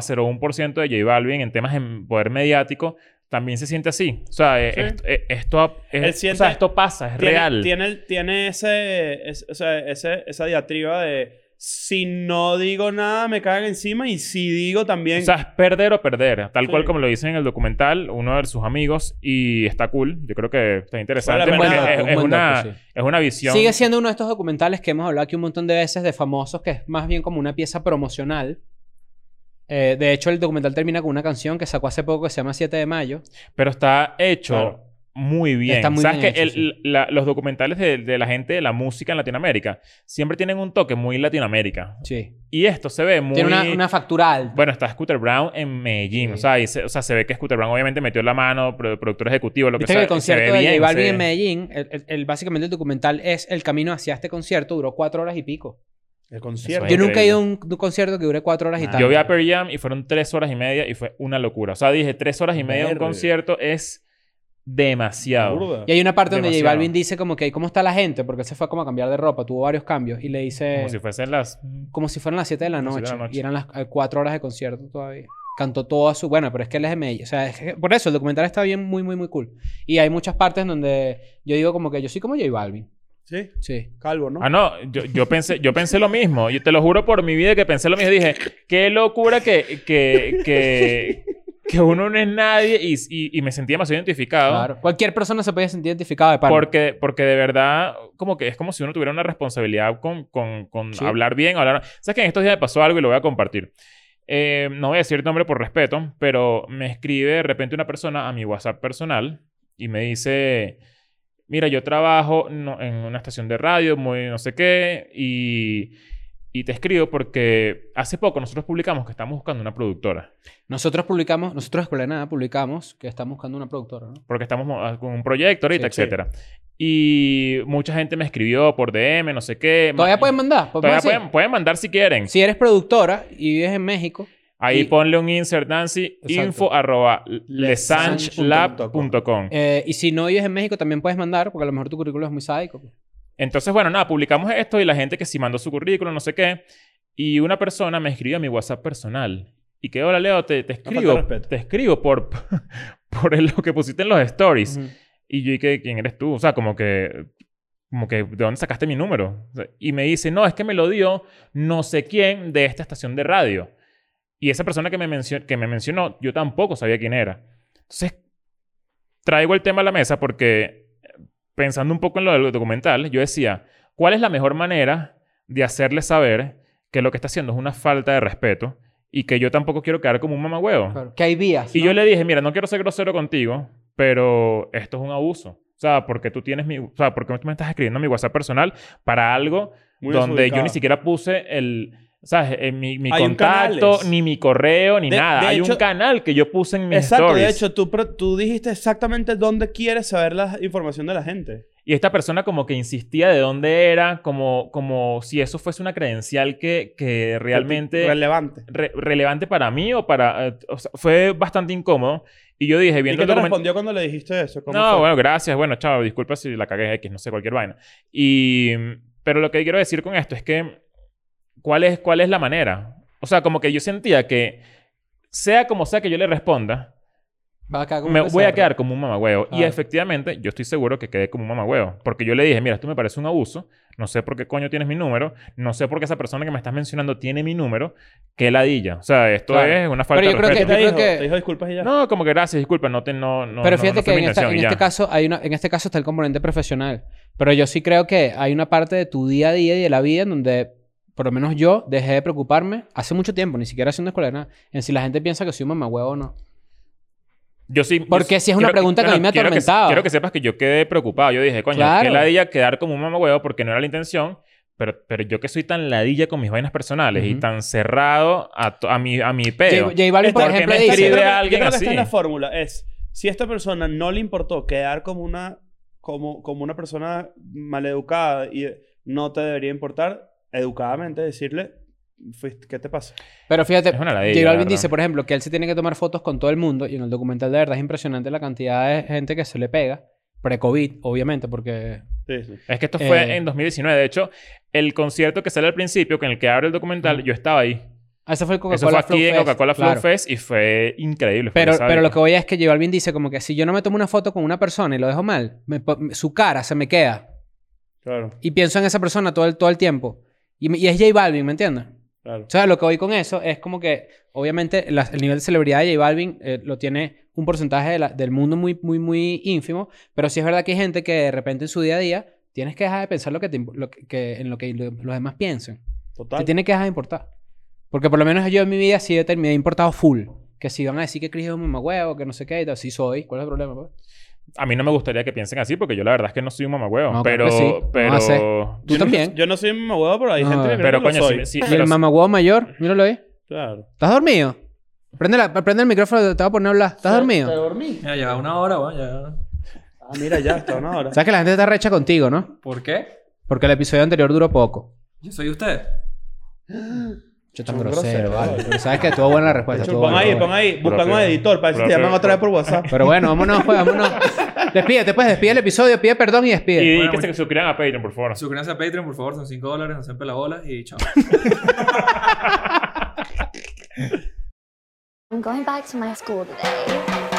0,01% de J Balvin en temas de poder mediático. También se siente así. O sea, eh,
Sí.
est- eh, esto, es-
Él siente-
o sea, esto pasa, es
Tiene-
real.
Tiene, el- tiene ese, es- o sea, ese- esa diatriba de si no digo nada me cagan encima y si digo también.
O sea, es perder o perder, tal
Sí.
cual como lo dicen en el documental, uno de sus amigos, y está cool. Yo creo que está interesante.
Vale la
porque
pena.
es,
Un
es
buen
una,
docu, sí.
es una visión.
Sigue siendo uno de estos documentales que hemos hablado aquí un montón de veces de famosos, que es más bien como una pieza promocional. Eh, de hecho, el documental termina con una canción que sacó hace poco que se llama 7 de mayo.
Pero está hecho
Claro.
muy bien.
Está muy
¿Sabes
bien
que
hecho,
el- la- los documentales de, de la gente de la música en Latinoamérica siempre tienen un toque muy Latinoamérica?
Sí.
Y esto se ve muy...
Tiene una, una factura alta.
Bueno, está Scooter Brown en Medellín.
Sí.
O, sea, y se, o sea, se ve que Scooter Brown obviamente metió la mano, pro- productor ejecutivo, lo que
Viste
sea.
que el
y se ve
concierto de J
bien,
Balvin
se-
en Medellín, el, el- el- básicamente el documental es el camino hacia este concierto, duró cuatro horas y pico.
El concierto.
Eso
Yo
es. increíble.
nunca he ido a un, un concierto que dure cuatro horas y
Yo
tal.
Yo vi a Pearl Jam y fueron tres horas y media y fue una locura. O sea, dije, tres horas y media de un
Verga.
concierto es demasiado.
Burda.
Y hay una parte donde J
Demasiado.
Balvin dice como que ¿cómo está la gente? Porque él se fue como a cambiar de ropa, tuvo varios cambios y le dice
Como si fuesen las...
fueran las 7 de la
Como si
noche
fuera la noche.
y eran las 4 horas de concierto todavía. Cantó toda su, bueno, pero es que él es de Medellín, o sea, es que- por eso el documental está bien muy muy muy cool. Y hay muchas partes donde yo digo como que yo soy como J Balvin.
Sí,
Sí.
calvo, ¿no?
Ah, no, yo, yo pensé, yo pensé lo mismo. Yo te lo juro por mi vida que pensé lo mismo. Dije, qué locura que, que, que, que uno no es nadie y, y- y me sentía demasiado identificado.
Claro. Cualquier persona se puede sentir identificada de parte.
Porque, porque de verdad, como que es como si uno tuviera una responsabilidad con, con- con
Sí.
hablar bien, hablar... Sabes que en estos días me pasó algo y lo voy a compartir. Eh, no voy a decir nombre por respeto, pero me escribe de repente una persona a mi WhatsApp personal y me dice, mira, yo trabajo no- en una estación de radio, muy no sé qué, y, y te escribo porque hace poco nosotros publicamos que estamos buscando una productora,
Nosotros publicamos, nosotros Escuela de Nada publicamos que estamos buscando una productora, ¿no?
porque estamos mo- ah, con un proyecto ahorita,
Sí, sí.
etcétera. Y mucha gente me escribió por DM, no sé qué.
Todavía
Ma-
pueden mandar. ¿Podemos
Todavía
decir?
pueden, pueden mandar si quieren.
Si eres productora y vives en México,
Ahí
Y-
ponle un insert, Nancy,
Exacto.
info arroba lesangelab.com.
eh, y si no vives en México también puedes mandar, porque a lo mejor tu currículum es muy sádico.
Entonces, bueno, nada, publicamos esto y la gente que sí mandó su currículum, no sé qué. Y una persona me escribió a mi WhatsApp personal. Y que, hola, Leo, te, te
falta de
escribo.
respeto.
Te escribo por, por el- lo que pusiste en los stories.
Ujú.
Y yo, ¿y qué? ¿quién eres tú? O sea, como que, como que, ¿de dónde sacaste mi número? O sea, y me dice, no, es que me lo dio no sé quién de esta estación de radio. Y esa persona que me, mencio- que me mencionó, yo tampoco sabía quién era. Entonces, traigo el tema a la mesa porque, pensando un poco en lo del documental, yo decía, ¿cuál es la mejor manera de hacerle saber que lo que está haciendo es una falta de respeto y que yo tampoco quiero quedar como un mamagüeo?
Claro. Que hay vías.
Y
¿no?
yo le dije, mira, no quiero ser grosero contigo, pero esto es un abuso. O sea, porque tú tienes mi... O sea, porque tú me estás escribiendo mi WhatsApp personal para algo
Muy
donde yo
desubicada.
ni siquiera puse el... ¿Sabes? En mi, mi
Hay un
contacto,
canales.
ni mi correo, ni
De-
nada.
de
Hay un
hecho-
canal que yo puse en mis
Exacto,
stories.
de hecho, tú, pro- tú dijiste exactamente dónde quieres saber la información de la gente.
Y esta persona como que insistía de dónde era, como, como si eso fuese una credencial que, que realmente...
Relevante.
re- relevante para mí o para... eh, o sea, fue bastante incómodo. Y yo dije,
¿Y
viendo
qué
el
te
documental...
respondió cuando le dijiste eso? ¿Cómo
No,
fue?
bueno, gracias. Bueno, chao, disculpa si la cagué X, no sé, cualquier vaina. Y... Pero lo que quiero decir con esto es que... ¿Cuál es, cuál es la manera? O sea, como que yo sentía que... Sea como sea que yo le responda,
Va a quedar como
me
un
voy a
becerro.
quedar como un mamagüeo. Y
Claro.
efectivamente, yo estoy seguro que quedé como un mamagüeo. Porque yo le dije, mira, esto me parece un abuso. No sé por qué coño tienes mi número. No sé por qué esa persona que me estás mencionando tiene mi número. Qué ladilla. O sea, esto
Claro.
es una falta
Pero yo
de
creo que-
respeto.
¿Qué te
yo creo
dijo?
que-
¿Te dijo disculpas y ya?
No, como que gracias, disculpa. No te... No, no,
Pero
no-
fíjate
no fue
que
mi
en, esta-
intención",
en
y ya.
este caso hay una, en este caso está el componente profesional. Pero yo sí creo que hay una parte de tu día a día y de la vida en donde, por lo menos yo, dejé de preocuparme hace mucho tiempo, ni siquiera haciendo escuela de nada, en si la gente piensa que soy un mamagüevo o no.
Yo sí. yo
Porque
sí-
si es una pregunta que a mí me
quiero
atormentaba.
Quiero que sepas que yo quedé preocupado. Yo dije, coño,
Claro.
qué ladilla quedar como un mamagüeo porque no era la intención. Pero, pero yo que soy tan ladilla con mis vainas personales y
Ujú.
tan cerrado a, to- a mi, a mi pedo.
J, J Balvin, por
Porque
ejemplo,
me
dice...
escribe
yo creo que-
a alguien
yo creo que esta
así.
es la fórmula. Es, si a esta persona no le importó quedar como una, como, como una persona maleducada y no te debería importar, educadamente decirle, "Fuiste- ¿qué te pasa?
Pero fíjate,
Es una ladilla,
J
la
Balvin
verdad.
dice, por ejemplo, que él se tiene que tomar fotos con todo el mundo y en el documental de verdad es impresionante la cantidad de gente que se le pega. Pre-COVID, obviamente, porque...
Sí, sí.
Es que esto fue
Eh.
en 2019. De hecho, el concierto que sale al principio, con el que abre el documental,
Ujú.
yo estaba ahí.
Ah, ese fue
Eso
el
fue
Coca-Cola
aquí
Flow
en
Fest,
Coca-Cola Flow
claro.
Fest y fue increíble. fue
Pero, pero lo que
sádico.
voy a es que J Balvin dice como que si yo no me tomo una foto con una persona y lo dejo mal, me po- me- su cara se me queda.
Claro,
Y pienso en esa persona todo el, todo el tiempo. Y, me- y es J Balvin, ¿me entiendes?
claro.
O sea, lo que voy con eso es como que, obviamente, la- el nivel de celebridad de J Balvin eh, lo tiene un porcentaje de la- del mundo muy, muy, muy ínfimo. Pero sí es verdad que hay gente que de repente en su día a día tienes que dejar de pensar lo que te imp- lo que- que- en lo que lo- los demás piensen. Te
Total.
tiene que dejar de importar. Porque por lo menos yo en mi vida sí he terminado importado full. Que si van a decir que Chris es un mamagüeo, que no sé qué, y tal, sí soy. ¿Cuál es el problema, pues?
A mí no me gustaría que piensen así porque yo la verdad es que no soy un mamagüevo.
No,
pero,
claro que sí.
pero,
No hace. Tú
Yo no-
también.
yo no soy un mamahuevo, pero hay
No,
gente que creo
pero
que lo
coño,
soy.
si, si-
y
pero-
el mamagüevo mayor, míralo ahí.
Claro.
¿Estás dormido? Prende, la- prende el micrófono, te voy a poner a hablar. ¿Estás
¿Te
dormido?
dormí?
Mira, ya una hora, weón, ya.
Ah, mira, ya, está una hora.
Sabes que la gente está recha contigo, ¿no?
¿Por qué?
Porque el episodio anterior duró poco.
Yo soy usted.
Yo tan
Son
grosero,
groseros,
vale.
vale.
Pero sabes que estuvo buena la respuesta. estuvo
Pon
buena,
ahí,
estuvo
pon
buena.
ahí. Buscan un
Propio.
editor para ver si te
Propio.
llaman otra vez por WhatsApp.
Pero bueno, vámonos, pues, vámonos. Despídete, pues, despide el episodio, pide perdón y
y
despide.
que se suscriban a Patreon, por favor.
Suscríbanse a Patreon, por favor, son 5 dólares, no sean pelabolas y chao.
I'm going back to my school today.